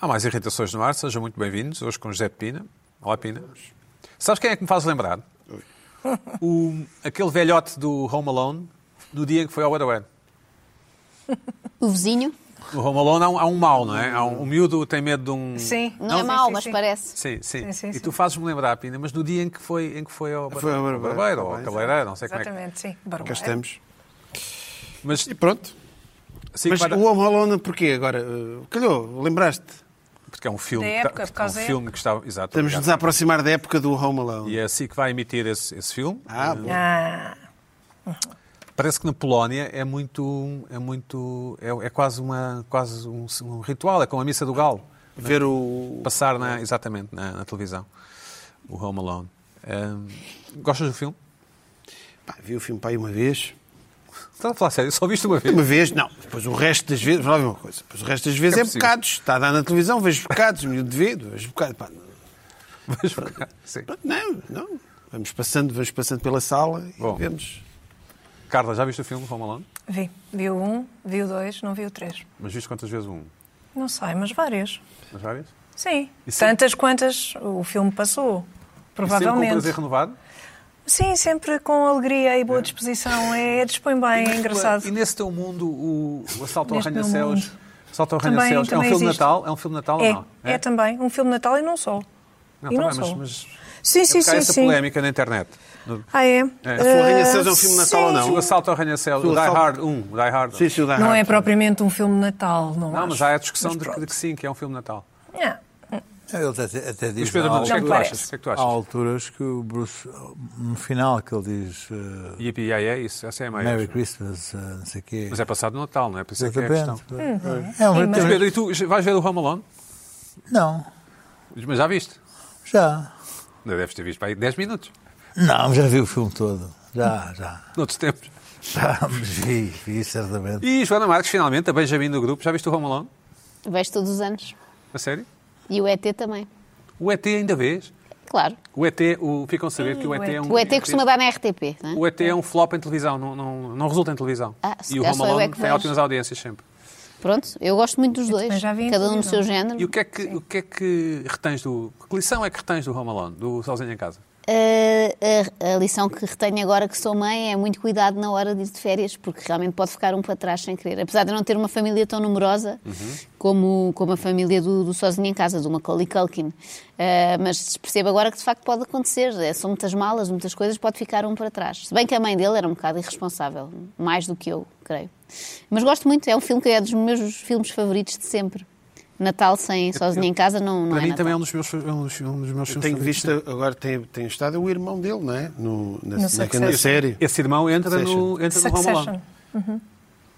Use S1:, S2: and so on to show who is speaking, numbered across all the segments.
S1: Há mais irritações no ar, sejam muito bem-vindos. Hoje com José Pina. Olá, Pina. Sabes quem é que me faz lembrar? O, aquele velhote do Home Alone, no dia em que foi ao Wetherware.
S2: O vizinho?
S1: No Home Alone há um, há um mal, não é? Há um, o miúdo tem medo de um...
S3: Sim.
S2: Não,
S3: Sim,
S2: é
S3: sim,
S2: mau,
S3: sim,
S2: mas
S3: sim.
S2: parece.
S1: Sim, sim.
S3: Sim, sim,
S1: E
S3: sim.
S1: tu fazes-me lembrar, Pina, mas no dia em que foi, em que foi ao barbeiro,
S4: Foi ao barbeiro,
S1: barbeiro, ou ao
S4: também, sim.
S1: cabeleireiro, não sei como é
S3: Exatamente, sim.
S4: Cá
S3: Barbeiro.
S4: estamos.
S1: que... Mas,
S4: E pronto.
S1: sim,
S4: Mas
S1: para-
S4: o Home Alone, porquê agora? Uh, Calhou, lembraste?
S1: Porque é um filme,
S3: Da
S1: que tá-
S3: época, por
S1: é um
S3: causa da
S1: filme que está... Exato, obrigado.
S4: Estamos-nos a aproximar da época do Home Alone.
S1: E é assim que vai emitir esse, esse filme.
S4: Ah, bom.
S3: Ah,
S1: Parece que na Polónia é muito. é muito. é, é quase, uma, quase um, um ritual, é como a missa do Galo.
S4: Ver o...
S1: Passar na, exatamente na, na televisão. O Home Alone. Ahm, gostas do filme?
S4: Pá, vi o filme para aí uma vez.
S1: Estás a falar sério, só viste uma vez.
S4: Uma vez, não. Depois o resto das vezes, vou lá ver uma coisa. Depois o resto das vezes
S1: É
S4: é,
S1: possível.
S4: bocados. Está a dar na televisão, vejo bocados, me devido, vejo bocados. Pá,
S1: Mas, pá, sim.
S4: não, não. Vamos passando, vamos passando pela sala e
S1: Bom.
S4: vemos.
S1: Carla, já viste o filme Home Alone?
S3: vi. Vi o 1, vi o 2, não vi o 3.
S1: Mas viste quantas vezes um?
S3: Não sei, mas várias.
S1: Mas várias?
S3: Sim.
S1: E sempre-
S3: Tantas quantas o filme
S1: E
S3: passou.
S1: sempre com um
S3: Provavelmente.
S1: prazer renovado?
S3: Sim, sempre com alegria e boa disposição. É, dispõe bem, é engraçado.
S1: E nesse teu mundo, o, o Assalto ao
S3: Neste meu
S1: Arranha-Céus.
S3: mundo.
S1: Assalto ao
S3: Também-
S1: Arranha-Céus. É um
S3: também
S1: filme de
S3: existe.
S1: Natal? É um filme de Natal ou não?
S3: É, é, também. Um filme de Natal e não só.
S1: Não,
S3: e
S1: tá
S3: não
S1: bem,
S3: só.
S1: mas, mas
S3: Sim, sim,
S1: é porque há
S3: sim.
S1: essa
S3: sim.
S1: polémica na internet. No-
S3: Ah, é?
S4: O Arranha-Céus
S3: Ah,
S4: é um filme de Natal ou
S1: Se o
S4: não?
S1: assalto ao Arranha-Céu,
S4: Se
S1: o
S4: o
S1: Die
S4: assalto-
S1: Hard 1, o Die Hard. um.
S4: Sim, sim, o Die
S3: Não é
S4: Hard.
S3: propriamente um filme de Natal, não
S1: Não, mas
S3: acho.
S1: há a discussão
S3: Mas
S1: de, que- de
S3: pronto.
S1: que sim, que é um filme de Natal.
S3: É.
S5: Eles até, até
S1: Luís
S5: dizem
S1: Pedro
S5: há
S1: Nunes, o que é que tu
S3: parece.
S1: achas? O que é que tu
S5: há
S1: achas?
S5: alturas que o Bruce, no final que ele diz eh,
S1: Yippee, yeah, yeah, isso, essa é a maior.
S5: Merry Christmas, eh, não sei o quê.
S1: Mas é passado no Natal, não é? Por isso é que é a questão.
S5: Exatamente. É um
S3: Sim,
S1: Luís
S3: mas-
S5: retorno-
S1: Pedro, e tu vais ver o Home Alone?
S5: Não,
S1: Mas já viste?
S5: já.
S1: Não deves ter visto para aí 10 minutos,
S5: Não, já vi o filme todo. Já, já.
S1: noutros tempos.
S5: Já mas vi, vi certamente.
S1: E Joana Marques, finalmente, a Benjamin do grupo, já viste o Home Alone?
S2: Vejo todos os anos.
S1: A sério?
S2: E o ET também.
S1: O ET ainda vês?
S2: Claro.
S1: O ET, o, ficam a saber que o ET é um.
S2: Hum, O ET costuma dar na RTP, não é?
S1: O ET é um flop em televisão, não, não, não resulta em televisão.
S2: Ah, se
S1: e o
S2: calhar
S1: Home
S2: sou eu
S1: Alone
S2: é que
S1: tem
S2: vejo.
S1: ótimas audiências sempre.
S2: Pronto, eu gosto muito dos dois.
S3: também já vi em
S2: Cada um no
S3: televisão.
S2: seu género.
S1: E o que é que, o que, é que retens do. Que lição é que retens do Home Alone, do Sozinho em Casa?
S2: Ah, a, a lição que retenho agora que sou mãe é muito cuidado na hora de ir de férias, porque realmente pode ficar um para trás sem querer. Apesar de eu não ter uma família tão numerosa como, como a família do, do Sozinho em Casa, do Macaulay Culkin. Ah, mas percebo agora que de facto pode acontecer. É, são muitas malas, muitas coisas, pode ficar um para trás. Se bem que a mãe dele era um bocado irresponsável, mais do que eu, creio. Mas gosto muito, é um filme que é dos meus filmes favoritos de sempre. Natal sem Sozinho em Casa não, não
S1: Para
S2: é
S1: mim
S2: Natal.
S1: também é um dos meus, um dos, um dos meus
S4: Eu
S1: filmes
S4: tenho
S1: favoritos.
S4: visto, agora tem, tem estado o irmão dele, não é? No, na,
S3: No
S4: na, na
S3: Succession.
S4: série.
S1: Esse irmão entra no, entra no Home
S3: Succession.
S1: Alone.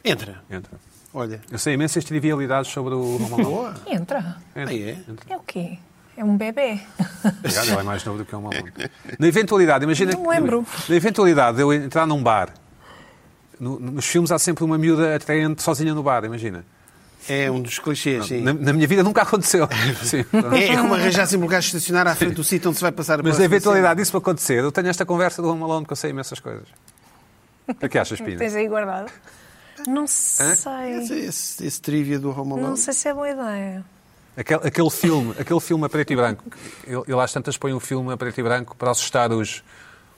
S4: Entra.
S1: Entra.
S4: Olha.
S1: Eu sei imensas trivialidades sobre o Home Alone.
S4: Boa.
S3: Entra.
S1: Entra.
S4: Ah, é?
S1: Entra.
S3: É o quê? É um bebê.
S1: Obrigado, Ele é mais novo do que o Home Alone. Na eventualidade, imagina.
S3: Não
S1: que-
S3: lembro.
S1: Na eventualidade de eu entrar num bar. no- nos filmes há sempre uma miúda atraente sozinha no bar, imagina.
S4: É um dos clichês, sim.
S1: Na, na minha vida nunca aconteceu. Sim.
S4: É, é como arranjar sempre um lugar de estacionar à frente do sítio onde se vai passar a
S1: Mas na
S4: próxima
S1: eventualidade disso acontecer, eu tenho esta conversa do Home Alone que eu sei imensas coisas. O que é que achas, Pina?
S3: Tens aí guardado? Não
S4: cena. Esse,
S3: sei.
S4: esse, esse trivia do Home Alone.
S3: Não sei se é boa ideia.
S1: Aquele, aquele filme, aquele filme a preto e branco. Ele, ele às tantas põe um filme a preto e branco para assustar os.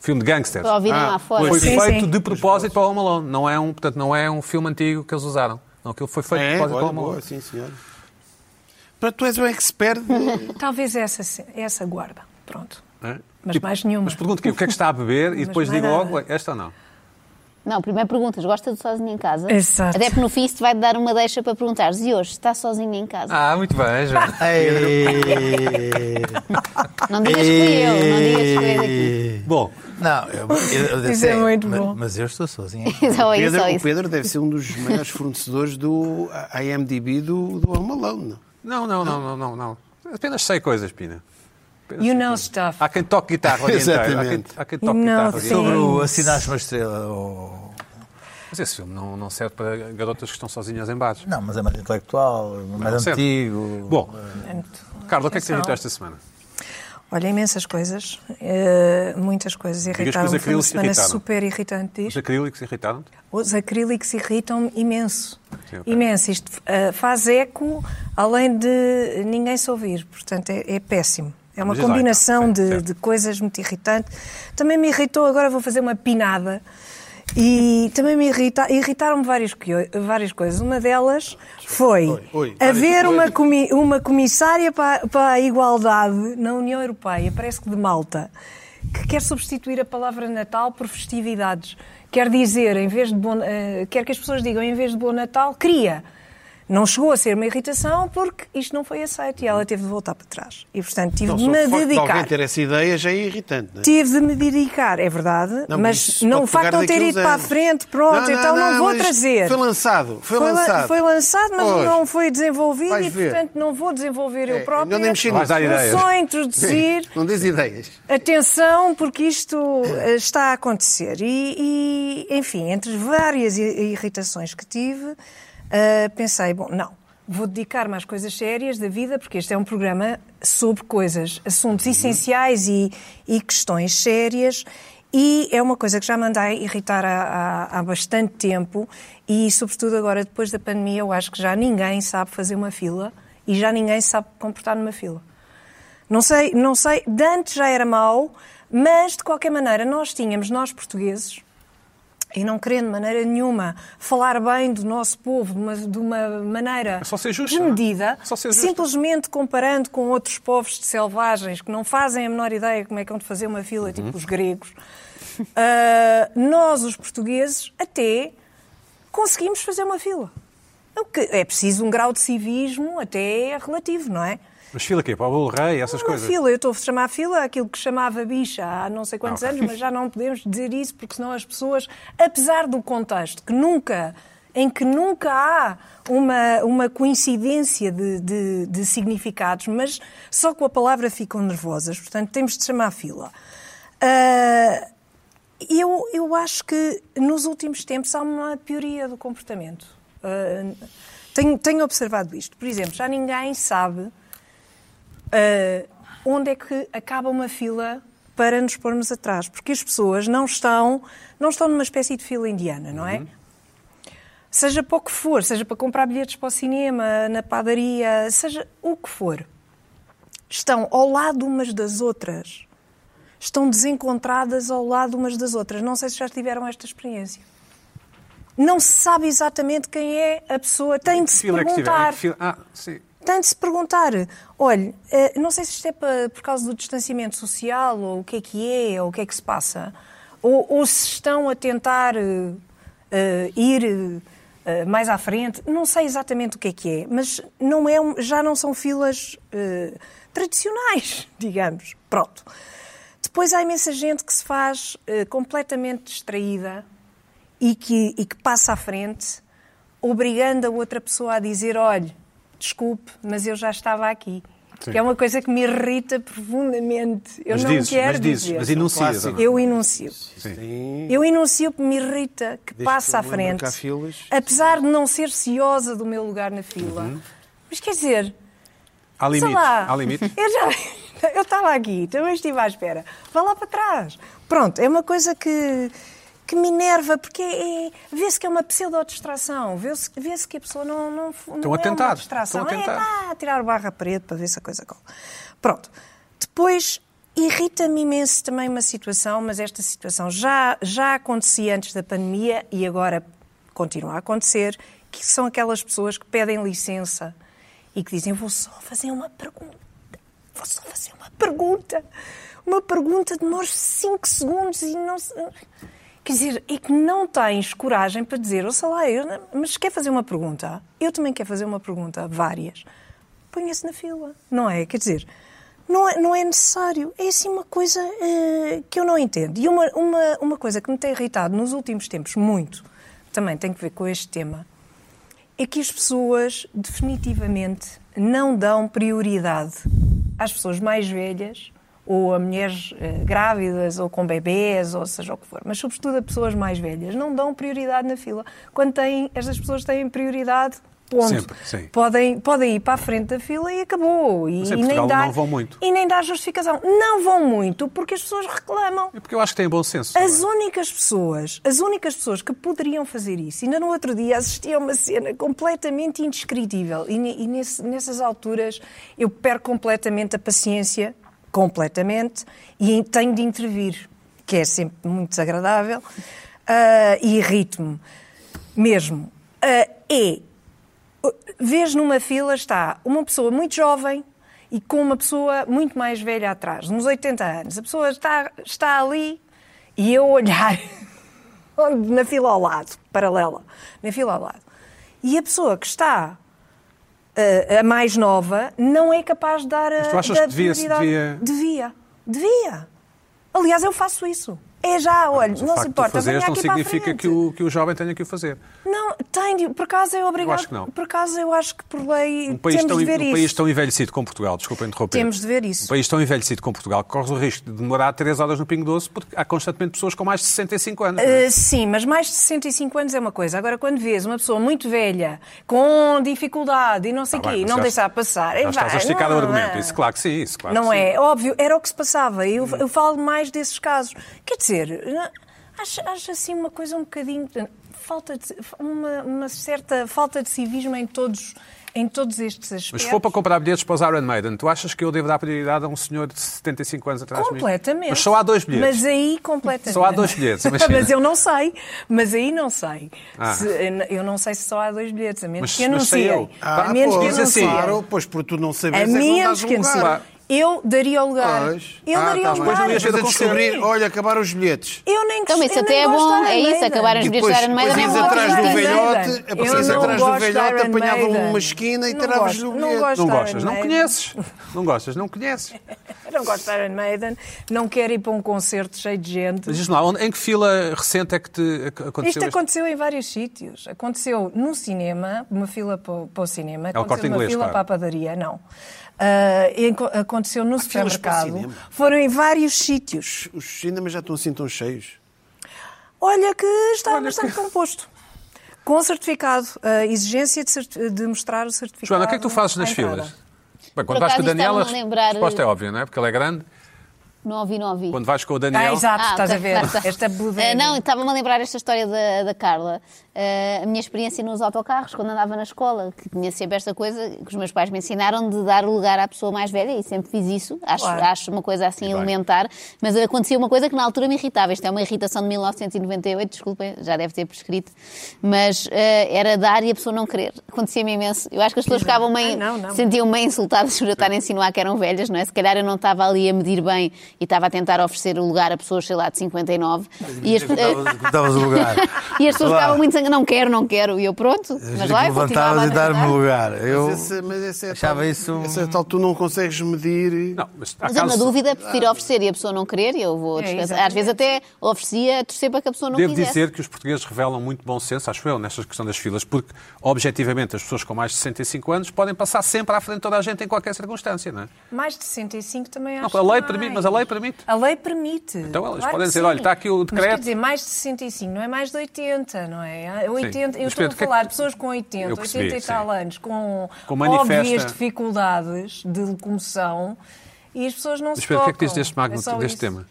S1: Filme de gangsters.
S2: Para ouvirem
S4: Ah,
S2: lá fora.
S1: Foi
S3: Sim,
S1: feito
S3: sim.
S1: de propósito para o Home Alone. Não é um, portanto, não é um filme antigo que eles usaram. Não, aquilo foi feito de
S4: É,
S1: propósito para o
S4: olha,
S1: Home
S4: boa,
S1: Alone.
S4: sim, senhor. Para tu és um expert.
S3: Talvez essa, se- essa guarda. Pronto.
S1: É?
S3: Mas mais nenhuma.
S1: Mas pergunto o que é que está a beber e
S3: Mas
S1: depois
S3: mais
S1: digo
S3: nada.
S1: logo, "Ué, esta ou não?
S2: Não, primeiro perguntas, gosta de sozinho em casa?
S3: Exato.
S2: Até porque no fim isto vai-te dar uma deixa para perguntares. E hoje, está sozinho em casa?
S1: Ah, muito bem, já.
S5: Ei.
S4: Ah,
S2: Não digas que fui eu, não digas que fui eu é daqui.
S1: Bom,
S5: Não, eu, eu, eu
S3: Isso é
S5: sei,
S3: muito
S5: mas,
S3: bom.
S5: Mas eu estou sozinho.
S2: Só Então é isso,
S4: Pedro,
S2: só
S4: o
S2: isso.
S4: Pedro deve ser um dos maiores fornecedores do IMDB do, do Home Alone.
S1: não, não, não, não, não, não. Apenas sei coisas, Pina. Apenas
S3: You
S1: sei
S3: know
S1: coisas.
S3: stuff.
S1: Há quem toque guitarra o dia inteiro. Há quem,
S4: Exatamente.
S1: há quem
S3: You
S1: toque
S3: know
S1: guitarra o dia
S3: things.
S1: inteiro.
S5: Sobre o Assinaste uma Estrela. ou-
S1: Mas esse filme não, não serve para garotas que estão sozinhas em bares.
S5: Não, mas é mais intelectual, mais
S1: Não serve.
S5: antigo.
S1: Bom,
S3: Portanto,
S1: Carla, o que é que te
S3: atenção.
S1: irritou esta semana?
S3: Olha, imensas coisas, eh, muitas coisas
S1: que os
S3: irritaram-me. Foi uma
S1: acrílicos
S3: semana
S1: irritaram.
S3: super irritante
S1: Os
S3: disto.
S1: acrílicos irritaram-te?
S3: Os acrílicos irritam-me imenso.
S1: Sim, ok.
S3: Imenso. Isto eh, faz eco além de ninguém se ouvir. Portanto, é, é péssimo. É uma
S1: Mas diz lá,
S3: combinação
S1: então. Sim,
S3: de-
S1: certo.
S3: de coisas muito irritante. Também me irritou, agora vou fazer uma pinada. E também me irrita, irritaram-me várias, quio- várias coisas. Uma delas foi
S4: Oi, oi,
S3: haver
S4: várias
S3: uma,
S4: coisas.
S3: comi- uma comissária para, para a igualdade na União Europeia, parece que de Malta, que quer substituir a palavra Natal por festividades. Quer dizer, em vez de bom, eh, quer que as pessoas digam em vez de bom Natal, cria. Não chegou a ser uma irritação porque isto não foi aceito e ela teve de voltar para trás. E, portanto, tive
S4: Não,
S3: de
S4: só o
S3: me
S4: facto de
S3: dedicar.
S4: alguém ter essa ideia já é irritante, não é?
S3: Tive de me dedicar, é verdade,
S4: Não,
S3: mas
S4: isso
S3: não o
S4: pode
S3: facto de
S4: pegar
S3: não ter
S4: daqui
S3: ido
S4: uns
S3: para a
S4: anos.
S3: frente, pronto, então não, vou
S4: mas isto
S3: trazer.
S4: Foi lançado, foi,
S3: Foi la-
S4: lançado.
S3: foi lançado, mas
S4: Pois.
S3: não foi desenvolvido
S4: Vais
S3: e,
S4: ver.
S3: portanto, não vou desenvolver
S4: É,
S3: eu próprio.
S4: não nem mexer
S1: Vais
S4: nisso.
S1: dar ideias.
S3: Vou só introduzir
S4: Não diz ideias.
S3: Atenção, porque isto eh, está a acontecer. E, e, enfim, entre várias i- irritações que tive, eh, pensei, bom, não, vou dedicar-me às coisas sérias da vida, porque este é um programa sobre coisas, assuntos essenciais e, e questões sérias. E é uma coisa que já me anda a irritar há, há- há bastante tempo e, sobretudo agora, depois da pandemia, eu acho que já ninguém sabe fazer uma fila e já ninguém sabe comportar numa fila. Não sei, não sei, de antes já era mau, mas de qualquer maneira nós tínhamos, nós portugueses, e não querendo de maneira nenhuma falar bem do nosso povo de uma, de uma maneira
S1: É só ser justa, não é?
S3: desmedida,
S1: É só ser justa.
S3: simplesmente comparando com outros povos de selvagens que não fazem a menor ideia como é que vão de fazer uma fila,
S1: Uhum.
S3: tipo os gregos, ah, nós, os portugueses, até conseguimos fazer uma fila. O que É preciso um grau de civismo até relativo, não é?
S1: Mas fila quê? Para o Bolo Rei, essas
S3: Uma
S1: coisas?
S3: Ah, fila, eu estou a chamar fila aquilo que chamava bicha há não sei quantos
S1: Ah, ok.
S3: anos, mas já não podemos dizer isso porque senão as pessoas, apesar do contexto que nunca, em que nunca há uma, uma coincidência de, de- de significados, mas só com a palavra ficam nervosas, portanto temos de chamar fila. Ah, eu, eu acho que nos últimos tempos há uma pioria do comportamento. Ah, tenho, tenho observado isto. Por exemplo, já ninguém sabe Uh, onde é que acaba uma fila para nos pormos atrás? Porque as pessoas não estão, não estão numa espécie de fila indiana, não é? Seja para o que for, seja para comprar bilhetes para o cinema, na padaria, seja o que for. Estão ao lado umas das outras. Estão desencontradas ao lado umas das outras. Não sei se já tiveram esta experiência. Não se sabe exatamente quem é a pessoa. Tem de se
S1: Fila é que se tiver, em
S3: perguntar.
S1: que fila- Ah, sim.
S3: Tem de se perguntar, olha, eh, não sei se isto é pa- por causa do distanciamento social, ou o que é que é, ou o que é que se passa, ou, ou se estão a tentar eh, eh, ir eh, mais à frente, não sei exatamente o que é que é, mas não é, um- já não são filas eh, tradicionais, digamos. Pronto. Depois há imensa gente que se faz eh, completamente distraída e que, e que passa à frente, obrigando a outra pessoa a dizer: olha, desculpe, mas eu já estava aqui.
S1: Sim.
S3: Que é uma coisa que me irrita profundamente. Eu
S1: Mas
S3: não
S1: dizes,
S3: quero
S1: mas dizes,
S3: dizer.
S1: mas enuncias.
S4: Clássico.
S1: ou não?
S3: Eu enuncio.
S4: Sim.
S3: Eu enuncio que me irrita que
S4: Desde que
S3: passa
S4: eu
S3: à
S4: me lembro
S3: frente.
S4: que há filas.
S3: Apesar de não ser ciosa do meu lugar na fila.
S4: Uhum.
S3: Mas quer dizer,
S1: Há
S3: sei
S1: limites.
S3: lá.
S1: Há limites.
S3: Eu já eu estava aqui, também estive à espera. Vá lá para trás. Pronto, é uma coisa que, que me enerva, porque é- é- vê-se que é uma pseudo-distração, vê-se vê que a pessoa não, não, não
S1: Estão a
S3: é
S1: tentar,
S3: uma distração.
S1: estão a tentar.
S3: É, tá a tirar o barra preto para ver se a coisa cola. Pronto. Depois, irrita-me imenso também uma situação, mas esta situação já, já acontecia antes da pandemia e agora continua a acontecer, que são aquelas pessoas que pedem licença e que dizem, vou só fazer uma pergunta. Vou só fazer uma pergunta. Uma pergunta demora 5 segundos e não se... Quer dizer, é que não tens coragem para dizer, ouça lá, eu não- mas quer fazer uma pergunta? Eu também quero fazer uma pergunta, várias. Ponha-se na fila, não é? Quer dizer, não é, não é necessário. É assim uma coisa eh, que eu não entendo. E uma, uma, uma coisa que me tem irritado nos últimos tempos muito, também tem que ver com este tema, é que as pessoas definitivamente não dão prioridade às pessoas mais velhas ou a mulheres eh, grávidas ou com bebês ou seja o que for, mas sobretudo a pessoas mais velhas não dão prioridade na fila. Quando têm, estas pessoas têm prioridade ponto.
S1: Sempre, sim.
S3: Podem, podem ir para a frente da fila e acabou. E,
S1: Mas em
S3: e
S1: Portugal
S3: nem dá,
S1: não vão muito.
S3: E nem dá justificação. Não vão muito porque as pessoas reclamam.
S1: É porque eu acho que tem bom senso.
S3: As únicas pessoas, as únicas pessoas que poderiam fazer isso, ainda no outro dia assisti a uma cena completamente indescritível e, ne- e nesse- nessas alturas eu perco completamente a paciência, completamente, e em- tenho de intervir, que é sempre muito desagradável, ah, e irrito-me mesmo. Ah, é vês numa fila está uma pessoa muito jovem e com uma pessoa muito mais velha atrás, uns 80 anos. A pessoa está, está ali e eu a olhar onde- na fila ao lado, paralela, na fila ao lado. E a pessoa que está eh, a mais nova não é capaz de dar a.
S1: Mas tu achas
S3: da
S1: que devia- se
S3: prioridade. Devia. Devia. Aliás, eu faço isso. É já, olha,
S1: Ah, Mas o
S3: não
S1: facto
S3: se
S1: de
S3: importa.
S1: tu fazeres
S3: venha
S1: não
S3: aqui para a
S1: significa
S3: frente.
S1: que o, que o jovem tenha que o fazer.
S3: Não, tem, de- por acaso é obrigado.
S1: que não.
S3: Por acaso eu acho que por lei
S1: Um país,
S3: temos
S1: tão,
S3: de ver
S1: um
S3: isso.
S1: país tão envelhecido como Portugal, desculpa interromper.
S3: Temos de ver isso.
S1: Um país tão envelhecido como Portugal que corre o risco de demorar 3 horas no Pingo Doce porque há constantemente pessoas com mais de 65 anos. não é?
S3: Uh, sim, mas mais de 65 anos é uma coisa. Agora, quando vês uma pessoa muito velha, com dificuldade e não sei o
S1: Tá
S3: quê,
S1: bem,
S3: e
S1: mas
S3: não
S1: já-
S3: deixar passar. eh,
S1: Já estás
S3: vai,
S1: a esticar o
S3: não,
S1: argumento.
S3: não.
S1: Isso, claro que sim. Isso, claro
S3: não
S1: que sim. Uhum.
S3: é, óbvio, era o que se passava. Eu, eu falo mais desses casos. Quer dizer, não- acho, acho assim uma coisa um bocadinho. Falta de, uma, uma certa falta de civismo em todos, em todos estes
S1: Mas
S3: aspectos.
S1: se for para comprar bilhetes para os Iron Maiden, tu achas que eu devo dar prioridade a um senhor de 75 anos atrás de mim?
S3: Completamente.
S1: Mas só há dois bilhetes.
S3: Mas aí, completamente.
S1: Só há dois bilhetes, imagina.
S3: mas eu não sei. Mas aí não sei.
S1: Ah.
S3: Se- eu não sei se só há dois bilhetes, a menos
S1: Mas-
S3: que
S1: mas sei
S3: anunciem.
S1: eu.
S3: A menos que
S1: pois,
S3: anunciem.
S1: assim,
S4: é claro, Ah, pois por tu não saberes
S3: A
S4: é que não
S3: menos
S4: dás
S3: que anunciem.
S4: lugar.
S3: Eu daria o lugar.
S4: Pois.
S3: Eu
S4: Ah,
S3: daria
S4: tá
S3: o
S4: bem.
S3: lugar.
S1: tu ias
S4: Depois
S1: ver
S4: a
S1: o concerto.
S4: descobrir, olha, acabaram os bilhetes.
S3: Eu nem
S2: Então, isso
S3: eu
S2: até
S3: nem
S2: é bom.
S3: gosto de
S2: É
S3: Iron
S2: isso,
S3: Maiden.
S2: acabaram os
S4: E
S2: bilhetes
S4: depois,
S2: da Iron Maiden.
S3: Eu
S4: corrias
S3: não
S4: atrás
S3: gosto de
S4: do
S3: Iron
S4: velhote,
S3: Maiden.
S4: aparecias
S3: Eu não
S4: atrás do
S3: gosto de
S4: velhote,
S3: Iron
S4: apanhavam
S3: Maiden.
S4: uma esquina e
S3: Não
S4: tiravas
S3: gosto,
S4: o
S3: não
S4: bilhete.
S3: gosto.
S1: Não
S3: Iron
S1: gostas, não
S3: Maiden.
S1: conheces. Não gostas, não conheces.
S3: Eu não gosto de Iron Maiden. Não quero ir para um concerto cheio de gente.
S1: Mas diz-me lá, onde- em que fila recente é que te ac- aconteceu
S3: Isto é
S1: este-
S3: aconteceu em vários sítios. Aconteceu no cinema, uma fila para o, para o cinema.
S1: É o Corte
S3: Aconteceu uma
S1: Inglês,
S3: fila
S1: claro.
S3: para a padaria, não. Ah, enco- aconteceu no
S4: filas para o
S3: supermercado.
S4: cinema?
S3: Foram em vários sítios.
S4: Os cinemas já estão assim tão cheios.
S3: Olha que está bastante composto. Com certificado, a exigência de, certi- de mostrar o certificado.
S1: Joana, o que é que tu fazes nas
S3: à entrada.
S1: filas? Bem, quando
S2: Então, Por
S1: vais
S2: acaso,
S1: com o Daniel, a
S2: estava-me a lembrar-
S1: resposta é óbvia, não é? Porque ele é grande.
S2: Não ouvi, não ouvi.
S1: Quando vais com o Daniel...
S3: Ah, exato, estás
S2: ok,
S3: a ver.
S2: claro, está.
S3: Esta é
S2: Ah,
S3: bodega.
S2: Não, estava-me a lembrar esta história da, da Carla. Ah, a minha experiência nos autocarros, quando andava na escola, que tinha sempre esta coisa que os meus pais me ensinaram de dar lugar à pessoa mais velha, e sempre fiz isso. Acho,
S3: Claro.
S2: acho uma coisa assim
S1: bem.
S2: elementar. Mas acontecia uma coisa que na altura me irritava. Isto é uma irritação de 1998, desculpem, já deve ter prescrito. Mas ah, era dar e a pessoa não querer. Acontecia-me imenso. Eu acho que as pessoas ficavam meio.
S3: Ai, Ah, não, não.
S2: Sentiam-me meio insultadas por eu estar a insinuar que eram velhas, não é? Se calhar eu não estava ali a medir bem e estava a tentar oferecer o lugar a pessoas, sei lá, de 59. E as,
S5: Davas- Davas o lugar.
S2: e as pessoas
S5: Lá.
S2: ficavam muito sangue, não quero, não quero. E eu, pronto, mas lá eu continuava
S5: Levantavas
S2: a é?
S5: e dar-me
S2: tentar.
S5: o lugar. Eu
S4: Mas esse, mas esse é
S5: achava
S4: tal,
S5: isso um-
S4: esse é tal, tu não consegues medir.
S1: Não, mas há
S2: Mas eu, na
S1: casos-
S2: dúvida, prefiro oferecer e a pessoa não querer, e eu vou
S3: É,
S2: descansar. Às
S3: exatamente.
S2: vezes até oferecia a torcer para que a pessoa não
S1: Devo
S2: quisesse.
S1: dizer que os portugueses revelam muito bom senso, acho eu, nesta questão das filas, porque, objetivamente, as pessoas com mais de 65 anos podem passar sempre à frente de toda a gente em qualquer circunstância, não é?
S3: Mais de 65 também
S1: Não,
S3: acho. é
S1: a lei
S3: mais.
S1: permite, mas a lei permite.
S3: A lei permite. Então
S1: elas podem dizer, olha, está aqui o
S3: Mas
S1: decreto.
S3: quer dizer, mais de 65, não é mais de 80, não é? 80, eu
S1: Mas,
S3: estou a
S1: Pedro, o que é
S3: falar
S1: que-
S3: de pessoas com 80,
S1: Eu percebi,
S3: 80 e tal
S1: sim.
S3: anos, com,
S1: Com manifesta-
S3: óbvias dificuldades de locomoção e as pessoas não
S1: Mas
S3: se
S1: Pedro, o que é que
S3: tocam.
S1: dizes deste, magno,
S3: só
S1: deste
S3: isso.
S1: tema?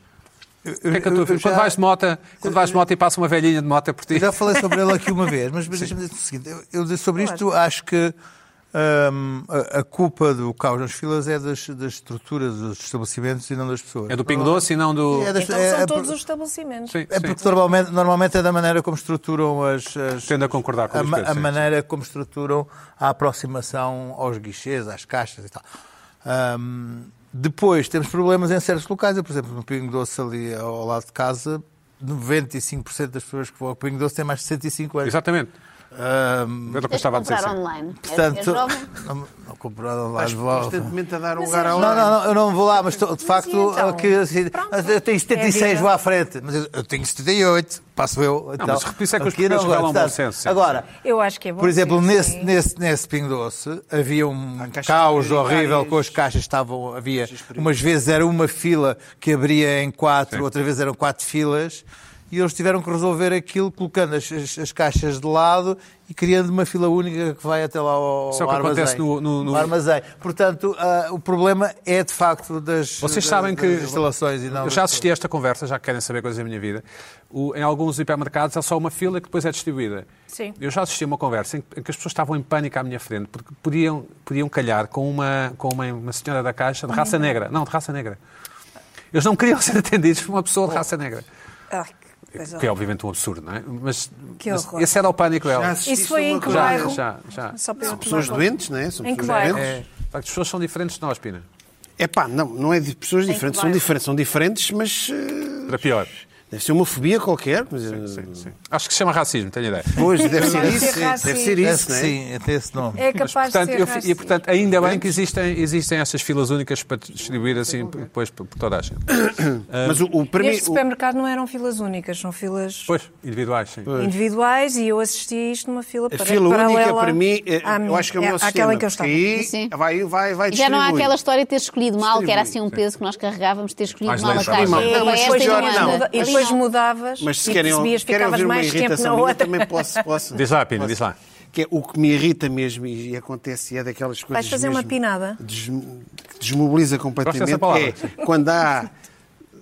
S5: eu-
S1: O que é que a tua
S5: eu-
S1: filha-
S5: eu
S1: Quando
S5: já-
S1: vais de moto, quando vais de moto e passa uma velhinha de moto por ti.
S5: Eu já falei sobre ele aqui uma vez, mas, mas deixa-me dizer o seguinte: eu, eu dizer sobre isto acho que hum, a, a culpa do caos nas filas é das, das estruturas, dos estabelecimentos e não das pessoas.
S1: É do Pingo Doce e não do.
S5: É das-
S3: Então
S5: é-
S3: são
S5: é por-
S3: todos os estabelecimentos.
S1: Sim,
S5: É
S1: sim.
S5: porque normalmente, normalmente é da maneira como estruturam as. as-
S1: Tendo a concordar com o
S5: a,
S1: Luís
S5: ma-
S1: Pedro,
S5: a
S1: sim,
S5: maneira como estruturam a aproximação aos guichês, às caixas e tal. Ahm, depois temos problemas em certos locais. Eu, por exemplo, no Pingo Doce, ali ao lado de casa, 95% das pessoas que vão ao Pingo Doce têm mais de 65 anos.
S1: Exatamente.
S5: Ahm,
S1: Era o que eu
S2: Tens de
S1: estava a dizer.
S2: comprar
S1: sim.
S2: online.
S5: portanto,
S2: É, é jovem.
S5: não, não compraram lá
S4: Estás
S5: de volta.
S4: constantemente a dar um
S3: Mas
S4: lugar
S3: é
S4: a
S5: Não,
S4: alguém.
S5: não, não, eu não vou lá, mas estou, de
S3: Mas
S5: facto,
S3: e então?
S5: que, assim,
S3: Pronto.
S5: eu tenho 76,
S3: É a vida.
S5: vou à frente, mas eu, eu tenho 78, passo eu. então,
S1: mas repetir isso é que os
S5: aqui não,
S1: portugueses
S5: agora,
S1: revelam bom
S5: portanto,
S1: senso, sim.
S5: Agora,
S3: Eu acho que é bom.
S5: por exemplo,
S3: sim,
S5: nesse,
S3: sim.
S5: nesse, nesse Pingo Doce havia um
S4: Há caixas
S5: caos
S4: prioritárias.
S5: horrível com as caixas, estavam, havia
S4: prioritárias.
S5: umas vezes era uma fila que abria em quatro, outra vez eram quatro filas. e eles tiveram que resolver aquilo colocando as, as- as caixas de lado e criando uma fila única que vai até lá ao,
S1: Isso é o que
S5: ao armazém.
S1: acontece no- no- no-
S5: armazém. Portanto, ah, o problema é de facto das,
S1: Vocês
S5: das-
S1: sabem
S5: das
S1: que.
S5: instalações e não
S1: eu já assisti a esta conversa, já que querem saber coisas da minha vida. O- em alguns hipermercados há só uma fila que depois é distribuída.
S3: Sim.
S1: Eu já assisti a uma conversa em que em que as pessoas estavam em pânico à minha frente, porque podiam, podiam calhar com, uma, com uma, uma senhora da caixa de raça negra. Não, de raça negra. Eles não queriam ser atendidos por uma pessoa
S3: Oh,
S1: de raça negra.
S3: Ai, que coisa
S1: Que é obviamente um absurdo, não é? Mas,
S3: Que
S1: mas
S3: horror.
S1: esse era o pânico dela.
S4: assististe
S3: Isso foi
S4: a uma
S3: em que
S4: coisa-
S1: Já,
S3: bairro?
S1: já, já.
S3: Só para eu tomar
S4: Pessoas
S3: conta.
S4: doentes, não é? São
S3: Em que
S4: pessoas
S3: bairro?
S4: doentes.
S1: É, de facto, as pessoas são diferentes de nós, Pina.
S4: É pá, não, não é de pessoas diferentes, são
S3: bairro?
S4: diferentes, são diferentes, mas eh,
S1: Para pior.
S4: deve ser uma fobia qualquer. Mas, eh,
S1: Sim, sim. Acho que se chama racismo, tenho ideia.
S4: Pois, deve ser
S3: Deve ser
S4: isso, deve
S3: racismo.
S4: ser
S5: Parece
S4: isso,
S5: que
S4: não é?
S5: Sim, até esse nome.
S3: É
S1: Mas,
S3: capaz
S1: portanto,
S3: de ser
S1: eu-
S3: racista.
S1: e, portanto, ainda bem que existem, existem essas filas únicas para distribuir assim depois por por toda a gente.
S4: Mas o, o, para mim,
S3: Neste
S4: o-
S3: supermercado não eram filas únicas, são filas
S1: Pois, individuais, sim.
S3: individuais e eu assisti a isto numa fila
S4: a
S3: para-
S4: fila
S3: paralela
S4: única para mim, eh,
S3: à
S4: eu
S3: minha-
S4: acho que é o meu sistema.
S3: àquela em que eu
S4: porque
S3: estava.
S4: aí
S2: Sim.
S4: vai, vai, vai
S2: E já não há
S4: distribuir.
S2: aquela história de ter escolhido mal, que era assim um
S1: Distribui,
S2: peso que nós carregávamos, ter escolhido
S1: Mais
S2: mal a
S1: leve,
S2: caixa.
S1: mais leve.
S4: Não,
S2: Era
S4: mas
S2: esta
S4: depois
S2: e
S4: já
S2: não
S4: não.
S2: anda.
S3: E
S2: Ali
S3: depois
S2: não.
S3: mudavas
S4: Mas se
S3: e
S4: querem,
S3: percebias que
S4: querem
S3: ficavas
S4: ouvir uma
S3: mais tempo na
S4: irritação minha,
S3: outra.
S4: também posso, posso.
S1: Diz lá, Pina,
S4: Posso.
S1: diz lá.
S4: Que é o que me irrita mesmo e e acontece, e é daquelas coisas
S3: fazer uma
S4: mesmo
S3: pinada?
S4: des- que desmobiliza completamente,
S1: palavra.
S4: é quando há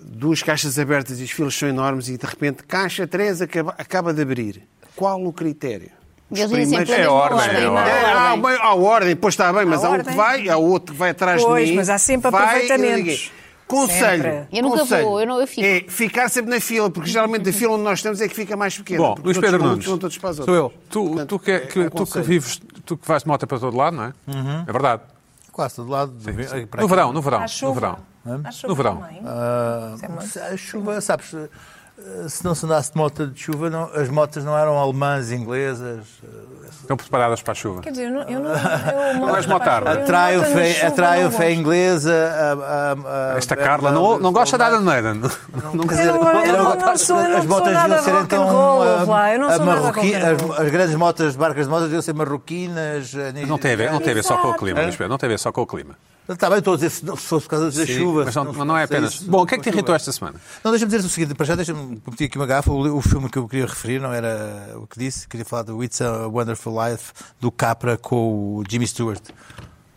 S4: duas caixas abertas e os filos são enormes e de repente caixa 3 acaba, acaba de abrir. Qual o critério? Os
S2: Eles dizem sempre
S4: primeiros-
S1: É
S2: a mesma
S1: ordem,
S2: ordem.
S1: é
S2: não
S1: ordem.
S4: é, há, uma, há ordem, pois está bem, mas
S3: Há
S4: há, um
S3: ordem.
S4: que vai, há outro que vai atrás
S3: Pois,
S4: de mim.
S3: mas há sempre
S4: vai,
S3: aproveitamentos.
S4: eu digo, Conselho.
S3: Sempre.
S2: Eu nunca
S4: conselho,
S2: vou, eu não- eu fico.
S4: É ficar sempre na fila, porque geralmente a fila onde nós estamos é que fica mais pequena.
S1: Bom,
S4: porque
S1: Luís
S4: todos
S1: Pedro
S4: vão-
S1: Nunes,
S4: vão todos para as
S1: sou
S4: outras.
S1: eu. Tu,
S4: Portanto,
S1: tu, que,
S4: é
S1: que-
S4: um
S1: tu que
S4: conselho.
S1: vives, tu que vais de moto para todo lado, não é? É verdade.
S5: Quase do lado. do- para
S1: No
S5: aqui.
S1: verão, no verão,
S3: À
S1: no
S3: chuva.
S1: verão.
S3: À chuva
S1: No verão.
S3: também.
S5: Ah, se a chuva, sabes, eh, se não se andasse de moto de chuva, não- as motas não eram alemãs, inglesas.
S1: Estão preparadas para a chuva.
S3: Quer dizer, eu não... Eu não eu moto,
S1: és motar.
S3: eu
S5: A Triumph
S3: moto na
S5: é,
S3: chuva
S5: a
S3: não
S5: Triumph é
S3: gosto.
S5: inglesa. a- a- a-
S1: Esta
S5: a-
S1: Carla não, não gosta de Adam Maiden. Não
S5: é Quer dizer,
S3: Eu não- eu não-
S5: as
S3: não sou- eu não
S5: motas
S3: sou
S5: deviam
S3: nada
S5: ser
S3: rock and
S5: então,
S3: roll,
S5: ah,
S3: vá, eu não
S5: ah,
S3: sou nada rock and
S5: as-
S3: roll.
S5: As grandes motas, marcas de motas deviam ser marroquinas.
S1: Não tem a ver, não tem a ver só com o clima,
S5: É?
S1: Luís Pedro, não tem a ver só com o clima.
S5: Está bem, estou a dizer, se não- se fosse por causa da chuva.
S1: Mas
S5: se
S1: não,
S5: fosse
S1: não,
S5: por
S1: é
S5: causa
S1: apenas.
S5: disso,
S1: Bom, o que é que te
S5: com a chuva.
S1: irritou esta semana?
S5: Não, deixa-me dizer o seguinte, para já deixa-me competir aqui uma gafa. O, o filme que eu queria referir não era o que disse, queria falar do It's a Wonderful Life do Capra com o Jimmy Stewart.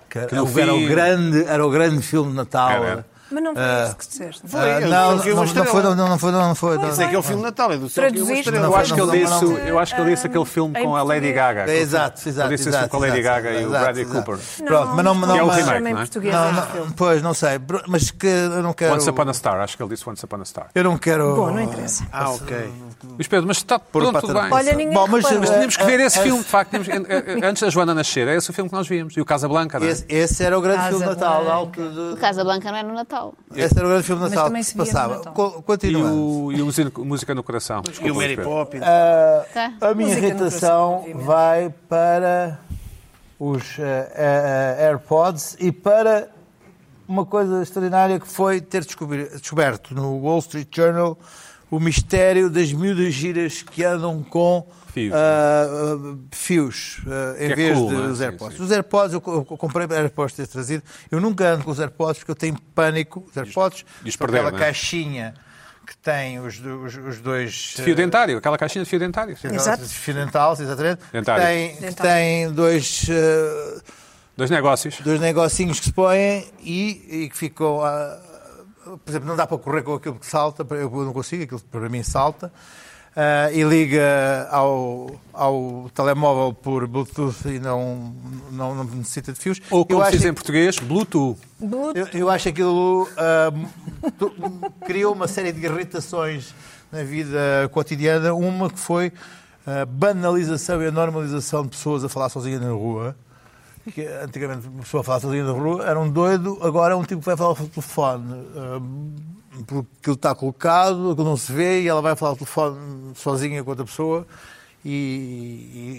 S5: Que era,
S1: Que no
S5: o- era
S1: fim-
S5: o grande, era o grande filme de Natal.
S1: Era.
S3: Mas não foi isso que disseste.
S4: Foi,
S5: Ah,
S4: eu-
S5: não,
S4: eu vi uma
S5: não, não
S4: estrela.
S5: foi, não, não foi, não foi. não.
S4: Esse é que é o filme de Natal, é do céu que eu
S3: Traduziste?
S4: mostrei.
S5: Não,
S1: Eu acho que
S5: não,
S1: ele
S5: não,
S1: disse,
S5: não.
S1: eu acho que ele disse
S5: Hum,
S1: aquele filme com a Lady Gaga.
S5: É, exato, exato.
S1: Ele disse isso
S5: exato,
S1: com a Lady
S5: exato,
S1: Gaga e o
S5: exato,
S1: Bradley
S5: exato.
S1: Cooper.
S5: Pronto, mas não, não,
S1: Que é o
S5: mas-
S1: remake,
S3: chama em
S1: não é?
S3: português
S5: não,
S3: este
S5: não,
S3: filme.
S5: pois, não sei, mas que eu não quero.
S1: Once Upon a Star, acho que ele disse Once Upon a Star.
S5: Eu não quero.
S3: Bom, não interessa.
S4: Ah, ok.
S1: Luís Pedro, mas está
S5: Pôr o
S1: pronto,
S5: pato
S1: tudo
S5: na
S1: bem. Ah,
S5: pança.
S3: Olha, ninguém
S5: Bom, mas,
S3: reparou.
S1: Mas tínhamos que ver esse
S5: Eh, eh,
S1: filme, de facto. tínhamos- eh, eh, antes da Joana nascer, é esse o filme que nós víamos. E o Casablanca,
S3: né?
S1: não é?
S5: Esse, esse era o grande filme de Natal,
S3: Casablanca.
S5: da altura do-
S2: O Casablanca não é no Natal.
S5: Esse era o grande filme de
S3: Mas
S5: Natal
S3: também
S5: que se
S3: se via no
S5: passava.
S3: Natal.
S5: Co-
S1: E
S5: Continuando.
S1: o, e o Música- Música no Coração.
S4: E o
S1: Desculpa,
S4: é um Mary
S1: Pedro.
S4: Poppins.
S2: Tá?
S3: Música
S5: A minha
S3: no
S5: irritação
S3: coração, obviamente.
S5: vai para os eh, eh, eh, AirPods e para uma coisa extraordinária que foi ter descobri- descoberto no Wall Street Journal o mistério das miúdas giras que andam com
S1: Fios,
S5: ah, ah, fios ah, em
S1: Que é
S5: vez
S1: cool,
S5: dos
S1: não é? Sim,
S5: AirPods.
S1: sim.
S5: Os AirPods, eu co- eu comprei AirPods ter trazido. Eu nunca ando com os AirPods porque eu tenho pânico. Os AirPods,
S1: e os
S5: com
S1: perder,
S5: aquela
S1: não é?
S5: caixinha que tem os, do- os- os dois.
S1: Fio
S5: eh,
S1: dentário, aquela caixinha de fio dentário.
S3: Exato.
S5: Fio dental, exatamente. que
S1: Dentário.
S5: tem, que
S3: Dentário.
S5: tem dois, eh,
S1: Dois negócios.
S5: dois negocinhos que se põem e, e que ficam. ah, por exemplo, não dá para correr com aquilo que salta, eu não consigo, aquilo para mim salta. Ah, e liga ao, ao telemóvel por Bluetooth e não, não, não necessita de fios.
S1: Ou, como
S5: eu,
S1: se
S5: acho,
S1: diz em português, Bluetooth.
S3: Bluetooth.
S5: eu, eu acho aquilo ah, tu- criou uma série de irritações na vida cotidiana. Uma que foi a banalização e a normalização de pessoas a falar sozinha na rua. Que antigamente uma pessoa a falar sozinha na rua era um doido, agora é um tipo que vai falar pelo telefone. ah, porque aquilo está colocado, aquilo não se vê e ela vai falar ao telefone sozinha com outra pessoa e,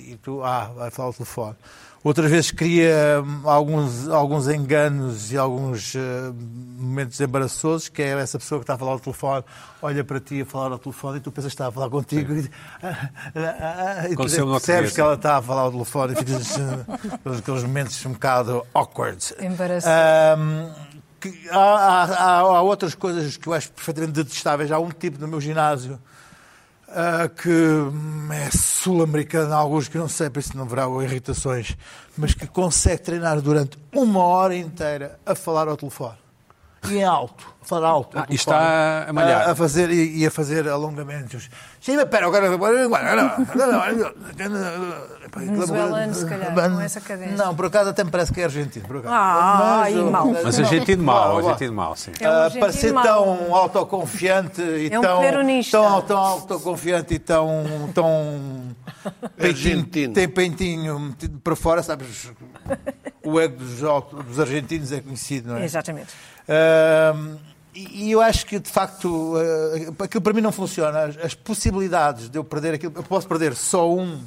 S5: e- e tu, ah, vai falar ao telefone. Outras vezes cria hum, alguns, alguns enganos e alguns ah, momentos embaraçosos, que é essa pessoa que está a falar ao telefone, olha para ti a falar ao telefone e tu pensas que está a falar contigo e, ah, ah, ah, e tu
S1: Aconteceu-me no outro
S5: percebes
S1: dia,
S5: que ela está a falar ao telefone e ficas ah, aqueles momentos um bocado awkward.
S3: Embaraçoso.
S5: Ahm, que há, há- há- há outras coisas que eu acho perfeitamente detestáveis. Há um tipo no meu ginásio ah, que hum, é sul-americana, alguns que não sei, para isso não haverá irritações, mas que consegue treinar durante uma hora inteira a falar ao telefone. E em alto, a falar alto. ao
S1: Ah, e
S5: telefone. Ah,
S1: está a malhar.
S5: A, a fazer, e, e a fazer alongamentos. Sim, mas pera, agora. agora- agora- agora-
S3: Venezuelano, se calhar, com essa cadência.
S5: Não, por acaso até me parece que é argentino. Por acaso.
S3: Ah, e mal.
S1: Mas argentino mau,
S5: Vá, vá.
S1: argentino mau, sim.
S3: É um
S5: Ah,
S3: argentino
S5: parecer
S3: mau.
S5: tão autoconfiante e
S3: É um
S5: tão,
S3: peronista.
S5: tão, tão autoconfiante e tão, tão peitinho,
S4: Argentino.
S5: tem peitinho metido para fora, sabes? O ego dos, auto- dos argentinos é conhecido, não é?
S3: Exatamente.
S5: Ahm, e e eu acho que, de facto, ah, aquilo para mim não funciona. As, as possibilidades de eu perder aquilo. Eu posso perder só um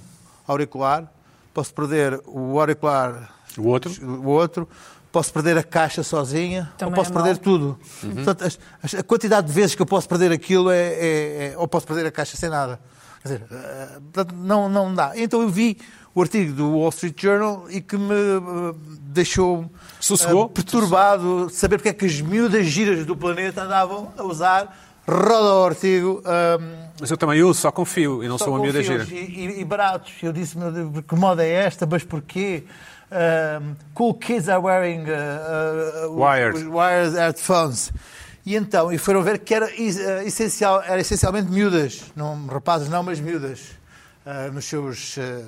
S5: auricular, posso perder o auricular.
S1: O outro.
S5: O outro. Posso perder a caixa sozinha,
S3: Também
S5: ou posso
S3: é mau.
S5: perder tudo.
S1: Uhum.
S5: Portanto, as- as- a quantidade de vezes que eu posso perder aquilo é, é- é- Ou posso perder a caixa sem nada. Quer dizer, ah, portanto, não, não dá. Então eu vi o artigo do Wall Street Journal e que me ah, deixou
S1: Sossegou?
S5: ah, perturbado saber porque é que as miúdas giras do planeta andavam a usar roda ao artigo. hum,
S1: Mas eu também uso, só confio e não
S5: só
S1: sou um
S5: com
S1: amigo da gira.
S5: fios E, e- e baratos. Eu disse, meu Deus, que moda é esta? Mas porquê? Hum, cool kids are wearing uh, uh, uh,
S1: Wired.
S5: os wired headphones. E então, e foram ver que era, is- eh, essencial, era essencialmente miúdas, não, rapazes não, mas miúdas, Ah, nos seus eh,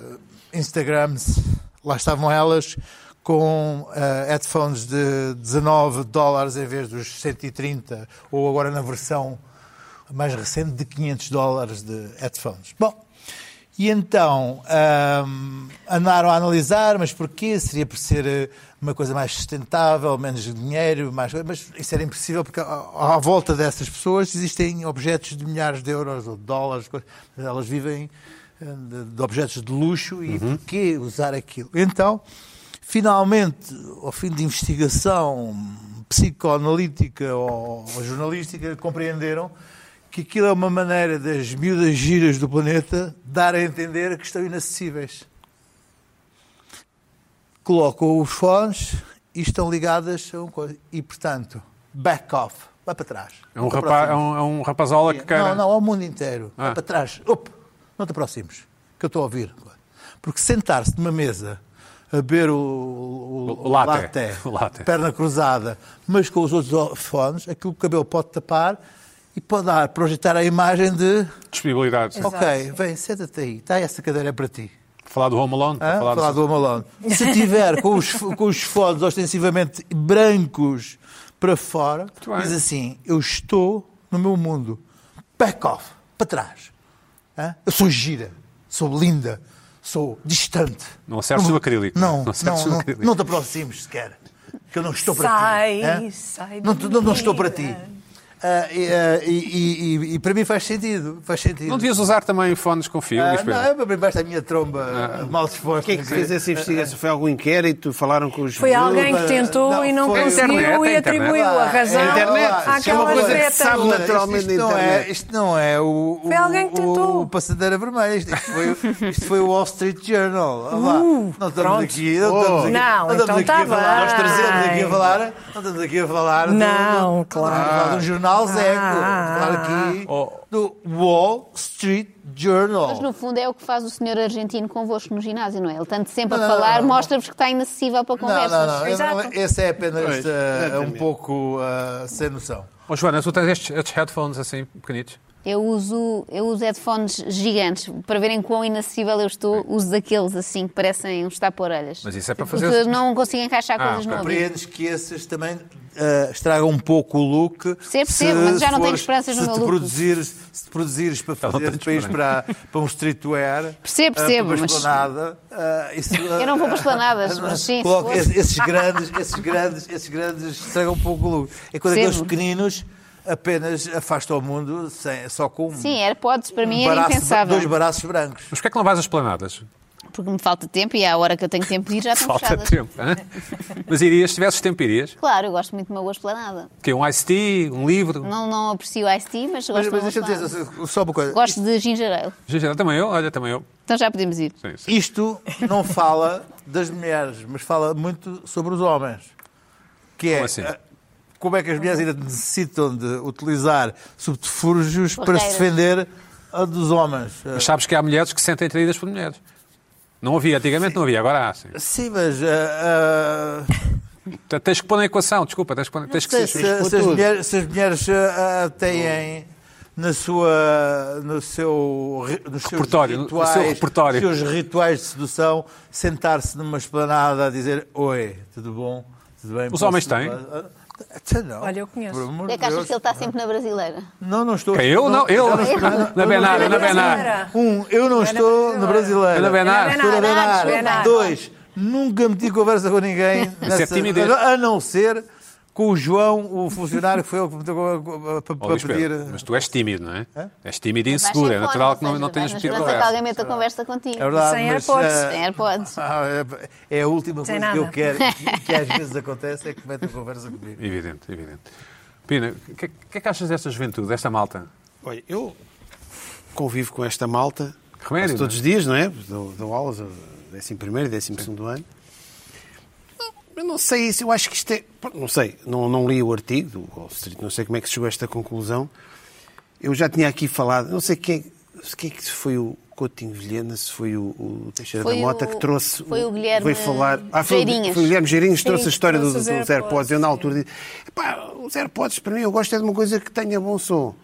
S5: Instagrams. Lá estavam elas com eh, headphones de 19 dólares em vez dos 130, ou agora na versão mais recente de 500 dólares de headphones. Bom, e então ahm, andaram a analisar, mas porquê? Seria por ser eh, uma coisa mais sustentável, menos dinheiro, mais coisa, mas isso era impossível porque ah, à, à volta dessas pessoas existem objetos de milhares de euros ou de dólares, coisa- elas vivem eh, de, de objetos de luxo e porquê usar aquilo? Então, finalmente, ao fim de investigação psicoanalítica ou, ou jornalística, compreenderam que aquilo é uma maneira das miúdas giras do planeta dar a entender que estão inacessíveis. Colocam os fones e estão ligadas a uma coisa. E, portanto, back off, vai para trás.
S1: É um,
S5: Não te
S1: rapaz, é,
S5: aproximes.
S1: um, é um rapazola que quer.
S5: Não, não, ao mundo inteiro.
S1: Ah.
S5: Vai para trás. Op, não te aproximes, que eu estou a ouvir. Porque sentar-se numa mesa a beber o, o,
S1: O- o latte.
S5: latte,
S1: O latte.
S5: perna cruzada, mas com os outros fones, aquilo que o cabelo pode tapar e pode dar, projetar a imagem de
S1: Disponibilidade. sim.
S5: ok, vem, senta-te aí, está essa cadeira para ti.
S1: Falar do Home Alone,
S5: Hã?
S1: para falar,
S5: Falar
S1: do...
S5: do Home Alone. Se tiver com os, com os fones ostensivamente brancos para fora,
S1: bem.
S5: diz assim: Eu estou no meu mundo. Back off, para trás. Hã? Eu sou gira, sou linda, sou distante.
S1: Não serves
S5: Não-
S1: do acrílico.
S5: Não,
S1: Não serves
S5: não,
S1: do
S5: não,
S1: acrílico.
S5: não te aproximes sequer. Que eu não estou para
S3: Sai,
S5: ti. Hã?
S3: sai
S5: Não,
S3: de
S5: não, não estou para ti.
S3: vida.
S5: Ah, e, ah, e, e- e- e para mim faz sentido. Faz sentido.
S1: Não devias usar também fones com fio,
S5: Ah,
S1: Luís Pedro?
S5: não, é para mim basta a minha tromba ah, mal disposta.
S4: O que é que fez essa investigação? Foi algum inquérito? Falaram com os
S3: Foi alguém que
S5: Não,
S3: tentou
S5: não,
S3: e não
S5: foi-
S3: conseguiu
S1: Internet,
S3: e
S1: internet.
S3: atribuiu a
S5: Lá,
S3: razão
S5: é internet. Isso é uma
S3: àquelas
S5: coisa que
S3: setas.
S4: se sabe da-
S5: Naturalmente isto, não é, isto não é o,
S3: Foi
S5: o-
S3: alguém que
S5: o-
S3: tentou.
S5: o passadeira vermelha. Isto foi, isto foi o Wall Street Journal. Olha lá. não estamos
S3: Uh, pronto.
S5: aqui. Não, estamos aqui,
S3: Não,
S5: estamos
S3: então
S5: aqui
S3: tá
S5: a falar. Nós
S3: bem.
S5: estamos aqui a falar. Não estamos aqui a falar. do-
S3: Não, Ah.
S5: do, Estamos aqui a falar de um jornal Zeco. Estamos a falar aqui
S1: Oh.
S5: do Wall Street Journal.
S2: Mas no fundo é o que faz o senhor argentino convosco no ginásio, não é? Ele tanto sempre
S5: Não,
S2: a
S5: não, não,
S2: falar,
S5: não.
S2: mostra-vos que está inacessível para conversas.
S5: Não, não, não. Eu não-
S3: Exato.
S5: Esse é apenas
S4: Pois,
S5: eh, um
S4: exatamente.
S5: pouco eh, sem noção.
S1: Ó, Joana, tu tens estes, estes headphones assim, pequenitos?
S2: Eu uso, eu uso headphones gigantes para verem quão inacessível eu estou. Uso daqueles assim que parecem uns tapa-orelhas.
S1: Mas isso é para
S2: Porque
S1: fazer-
S2: não consigo encaixar
S1: Ah,
S2: coisas no
S1: ok.
S2: ouvido.
S5: Compreendes que esses também ah, estragam um pouco o look.
S2: Percebo, percebo, mas já não tenho esperanças no
S5: se
S2: meu
S5: te
S2: look.
S5: Produzires, se te produzires para
S1: não
S5: fazer
S1: tenho
S5: para, ires para, para um streetwear,
S2: Percebo,
S5: ah,
S2: percebo,
S5: para uma
S2: mas-
S5: esplanada, ah, isso,
S2: Eu não vou para esplanadas,
S5: ah,
S2: mas sim,
S5: coloca-
S2: se fosse.
S5: esses, esses grandes, esses grandes, esses grandes estragam um pouco o look. É quando
S2: Percebo.
S5: aqueles pequeninos apenas afastam o mundo sem- só com um,
S2: Sim, AirPods para mim era
S5: baraço-
S2: impensável.
S5: dois braços brancos.
S1: Mas porquê é que não vais às planadas?
S2: Porque me falta tempo e à hora que eu tenho tempo de ir já estão
S1: Falta
S2: fechadas.
S1: tempo. hã? Mas irias, se tivesses tempo, irias?
S2: Claro, eu gosto muito de uma boa esplanada.
S1: Que Um iced tea, um livro?
S2: Não, não aprecio Ice Tea, mas
S5: Mas,
S2: gosto
S5: mas
S2: de uma
S5: deixa-me
S2: boa
S5: dizer
S2: esplanada.
S5: só- só uma coisa.
S2: Gosto de ginger ale.
S1: Gente, também eu, olha, também eu.
S2: Então já podemos ir.
S1: Sim, sim.
S5: Isto não fala das mulheres, mas fala muito sobre os homens. Que é
S1: Como assim?
S5: ah, como é que as mulheres ainda necessitam de utilizar subterfúgios para se
S2: Barreiras.
S5: defender a dos homens. Eh,
S1: Mas sabes que há mulheres que se sentem traídas por mulheres. Não havia, antigamente não havia, agora há. Sim.
S5: Sim, mas eh, ah, ah,
S1: Portanto, Tens que pôr na equação, desculpa, tens que, pôr, tens que ser
S5: se, se-
S1: justo.
S5: se as
S4: tudo.
S5: mulheres, se as mulheres, ah, ah, têm na sua, no seu, ri- nos seus
S1: Repertório, no
S5: rituais,
S1: seu repertório.
S5: nos seus rituais de sedução, sentar-se numa esplanada a dizer Oi, tudo bom? Tudo bem? Posso-
S1: homens têm?
S5: Ah, ah, Não.
S3: Olha, eu conheço.
S5: Por amor
S2: Por
S5: de
S2: é que achas
S5: Deus.
S2: que ele está sempre na brasileira?
S5: Não, não estou.
S1: Que eu? Não, é eu. Na Benar,
S3: Não,
S1: na
S3: não,
S1: Benar.
S3: não.
S5: Um, eu não estou na brasileira.
S1: Ana Benar.
S5: Estou na
S3: Ana Benar,
S5: Benar.
S3: Benar.
S5: Dois, nunca meti conversa com ninguém. nessa-
S1: é timidez.
S5: A não ser com o João, o funcionário que foi ele que meteu com- com- para,
S1: Ó,
S5: para
S1: Luís
S5: pedir.
S1: Pedro, mas tu és tímido, não é? És tímido e
S2: Vais
S1: inseguro. É
S2: sem
S1: natural
S2: fones,
S1: que não,
S2: ou
S1: não
S2: seja,
S1: tenhas metido
S2: vais na esperança que
S1: conversa.
S2: alguém meta conversa contigo.
S5: É verdade,
S3: Sem
S5: mas,
S3: AirPods.
S5: ah,
S2: Sem AirPods.
S5: ah, é é a última
S3: Sem
S5: coisa que eu
S3: nada.
S5: quero, que, que às vezes acontece, é que metem conversa comigo.
S1: Evidente, evidente. Pina, o que, que é que achas desta juventude, desta malta?
S4: Olha, eu convivo com esta malta
S1: Remédio,
S4: quase todos os
S1: não
S4: dias, não é? Dou, dou aulas, ao 11 primeiro, 12 segundo ano. Eu não sei isso, eu acho que isto é... pronto, Não sei, não, não li o artigo do Wall Street, não sei como é que se chegou a esta conclusão. Eu já tinha aqui falado, não sei quem, se quem é que foi o Coutinho Vilhena, se foi o, o Teixeira
S2: Foi
S4: da Mota
S2: o-
S4: que trouxe...
S2: foi o Guilherme
S4: veio falar, ah, foi, o-
S2: Geirinhas.
S4: foi o Guilherme Geirinhas que trouxe a história
S3: trouxe
S4: do-
S3: os
S4: dos AirPods.
S3: AirPods,
S4: Eu na
S3: sim.
S4: altura disse, pá, os AirPods para mim eu gosto é de uma coisa que tenha bom som.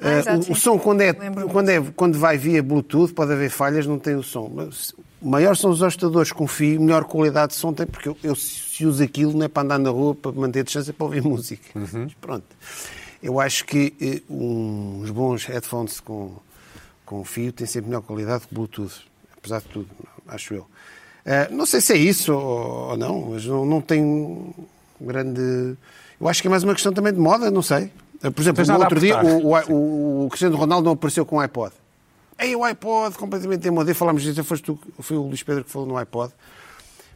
S3: Ah,
S4: Ah,
S3: exato,
S4: o- o,
S3: sim.
S4: som, quando, é,
S3: Lembro-me.
S4: quando, é, quando vai via Bluetooth, pode haver falhas, não tem o som. Mas, maior são os hostadores com fio, melhor qualidade de som tem, porque eu, eu se uso aquilo não é para andar na rua, para manter a distância, é para ouvir música.
S1: Uhum.
S4: Mas pronto. Eu acho que eh, uns bons headphones com, com fio têm sempre melhor qualidade que Bluetooth, apesar de tudo, acho eu. Ah, não sei se é isso ou, ou não, mas não, não tenho grande. Eu acho que é mais uma questão também de moda, não sei. Ah, Por exemplo,
S1: Tens
S4: no
S1: nada a
S4: outro dia,
S1: apostar.
S4: o- o, o, o Cristiano Ronaldo não apareceu com o iPod. Ei, o iPod, completamente em moda. E Falámos disso, foste tu, foi o Luís Pedro que falou no iPod.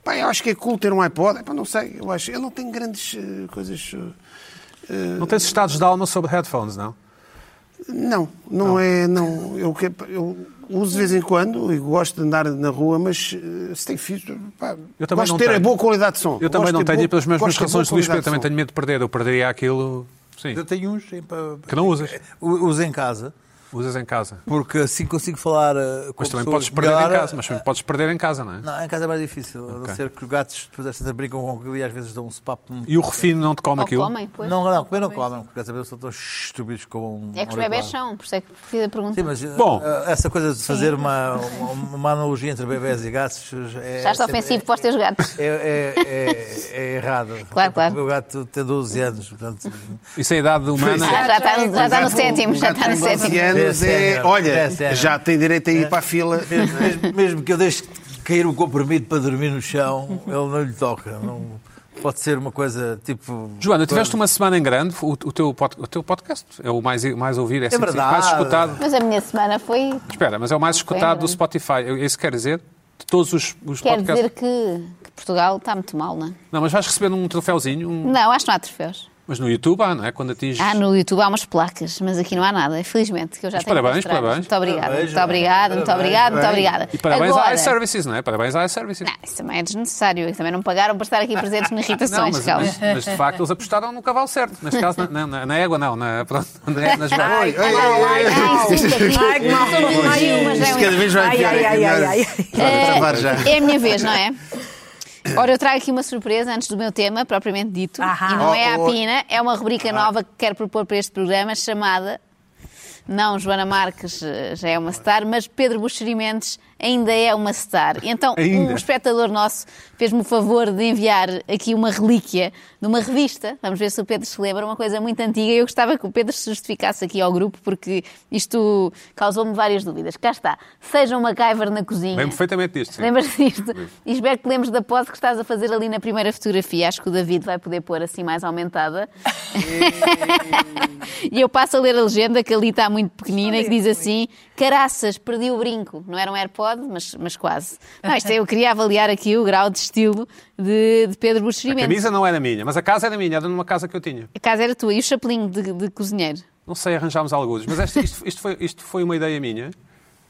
S4: Pá, eu acho que é cool ter um iPod. Epá, não sei, eu acho. Eu não tenho grandes eh, coisas. eh,
S1: é? Não tens estados de alma sobre headphones, não?
S4: não, não, é. Não, eu, que- eu uso de vez em quando e gosto de andar na rua, mas eh, se tem fio, pá,
S1: Eu também
S4: gosto
S1: não
S4: de ter
S1: tenho.
S4: a boa qualidade de som.
S1: Eu também
S4: Gosto de
S1: não
S4: ter
S1: tenho, e
S4: boa-
S1: pelas mesmas
S4: gosto de ter boa
S1: razões do Luís Pedro,
S4: qualidade
S1: também
S4: de som.
S1: tenho medo de perder. Eu perderia aquilo. Sim,
S5: Eu tenho uns em pa-
S1: que não usas.
S5: uso em casa,
S1: Usas em casa.
S5: porque assim consigo falar ah, com
S1: Mas também podes
S5: pessoas
S1: perder
S5: melhor.
S1: em casa. Mas também podes perder em casa, não é?
S5: Não, em casa é mais difícil, a não ser que os gatos depois às vezes brincam com aquilo e às vezes dão-se papo num
S1: E o refino não te come
S2: Ou
S1: aquilo?
S2: comem, pois.
S5: Não, não, comer não comem, porque às vezes são tão estúpidos como. um
S2: É que os bebés são, por isso é que fiz a pergunta.
S5: Sim, mas eh,
S1: Bom.
S5: eh, essa coisa de fazer uma, uma, uma analogia entre bebés e gatos é.
S2: Já está
S5: sempre-
S2: ofensivo para os teus gatos.
S5: É, é, é- é errado.
S2: Claro, claro.
S5: Porque O gato tem 12 anos, portanto.
S1: Isso é um a idade humana.
S2: Ah, já está, já está no sétimo, já está no
S4: Com 12
S2: sétimo.
S4: anos
S5: Dez
S4: é.
S5: anos.
S4: Olha,
S5: Dez anos.
S4: já tem direito a ir para a fila.
S5: Mesmo, mesmo- mesmo que eu deixe cair um comprimido para dormir no chão, ele não lhe toca. Não, pode ser uma coisa tipo.
S1: Joana, tiveste uma semana em grande, o, o teu, pod- o teu podcast é o mais, mais ouvido, é, sempre
S5: verdade.
S1: mais escutado.
S2: Mas a minha semana foi.
S1: Espera, mas é o mais escutado do Spotify. Eu- Isso quer dizer? De todos os, os
S2: Quer
S1: podcasts.
S2: dizer que, que Portugal está muito mal, não é?
S1: Não, mas vais receber um troféuzinho, um-
S2: Não, acho que não há troféus.
S1: mas no YouTube há, não é? Quando atinges.
S2: Ah, no YouTube há umas placas, mas aqui não há nada, infelizmente, que eu já
S1: Mas
S2: tenho
S1: parabéns,
S2: que mostrar.
S1: parabéns.
S2: Muito obrigada,
S5: Parabéns,
S2: muito obrigada, muito
S5: parabéns,
S2: obrigada, muito
S5: parabéns.
S2: obrigada.
S1: E parabéns
S2: Agora,
S1: à iServices, não é? Parabéns à iServices.
S2: Não, é isso também é desnecessário. e Também não pagaram para estar aqui presentes nas
S1: Não,
S2: irritações,
S1: mas,
S2: calma.
S1: mas- mas, de facto eles apostaram no cavalo certo. Neste caso, na, na- na- na égua, não. Na, pronto, na- nas vacas.
S4: Ei, ei, ei, ei.
S2: Ai, sim, que
S3: Ai, que mal.
S2: aqui- mas é
S4: Isto
S2: um-
S4: cada vez vai
S3: Ai,
S4: pior.
S3: ai,
S4: é
S3: ai,
S4: melhor-
S3: ai,
S4: Já vai travar já.
S2: É a minha vez, não é? Ora, eu trago aqui uma surpresa antes do meu tema, propriamente dito.
S3: Ahá.
S2: E não é a
S4: Oh, oh.
S2: Pina, é uma rubrica nova que quero propor para este programa chamada. Não, Joana Marques eh, já é uma star, mas Pedro Buxeri Mendes ainda é uma star. Então,
S1: Ainda?
S2: um espectador nosso fez-me o favor de enviar aqui uma relíquia de uma revista. Vamos ver se o Pedro se lembra, uma coisa muito antiga. Eu gostava que o Pedro se justificasse aqui ao grupo, porque isto causou-me várias dúvidas. Cá está. Seja uma MacGyver na cozinha.
S1: Lembro perfeitamente disto. sim.
S2: Lembras disto? E espero que te lembres da pose que estás a fazer ali na primeira fotografia. Acho que o David vai poder pôr assim mais aumentada. e eu passo a ler a legenda que ali está muito pequenina e que diz assim: Caraças, perdi o brinco. Não era um AirPod, mas, mas quase. Não, isto é, eu queria avaliar aqui o grau de estilo de, de Pedro
S1: A
S2: Buxerimento.
S1: camisa não era minha, mas a casa era minha, era numa casa que eu tinha.
S2: A casa era tua e o chapelinho de, de cozinheiro.
S1: Não sei, arranjámos alguns. Mas esta- isto, isto foi, isto foi uma ideia minha.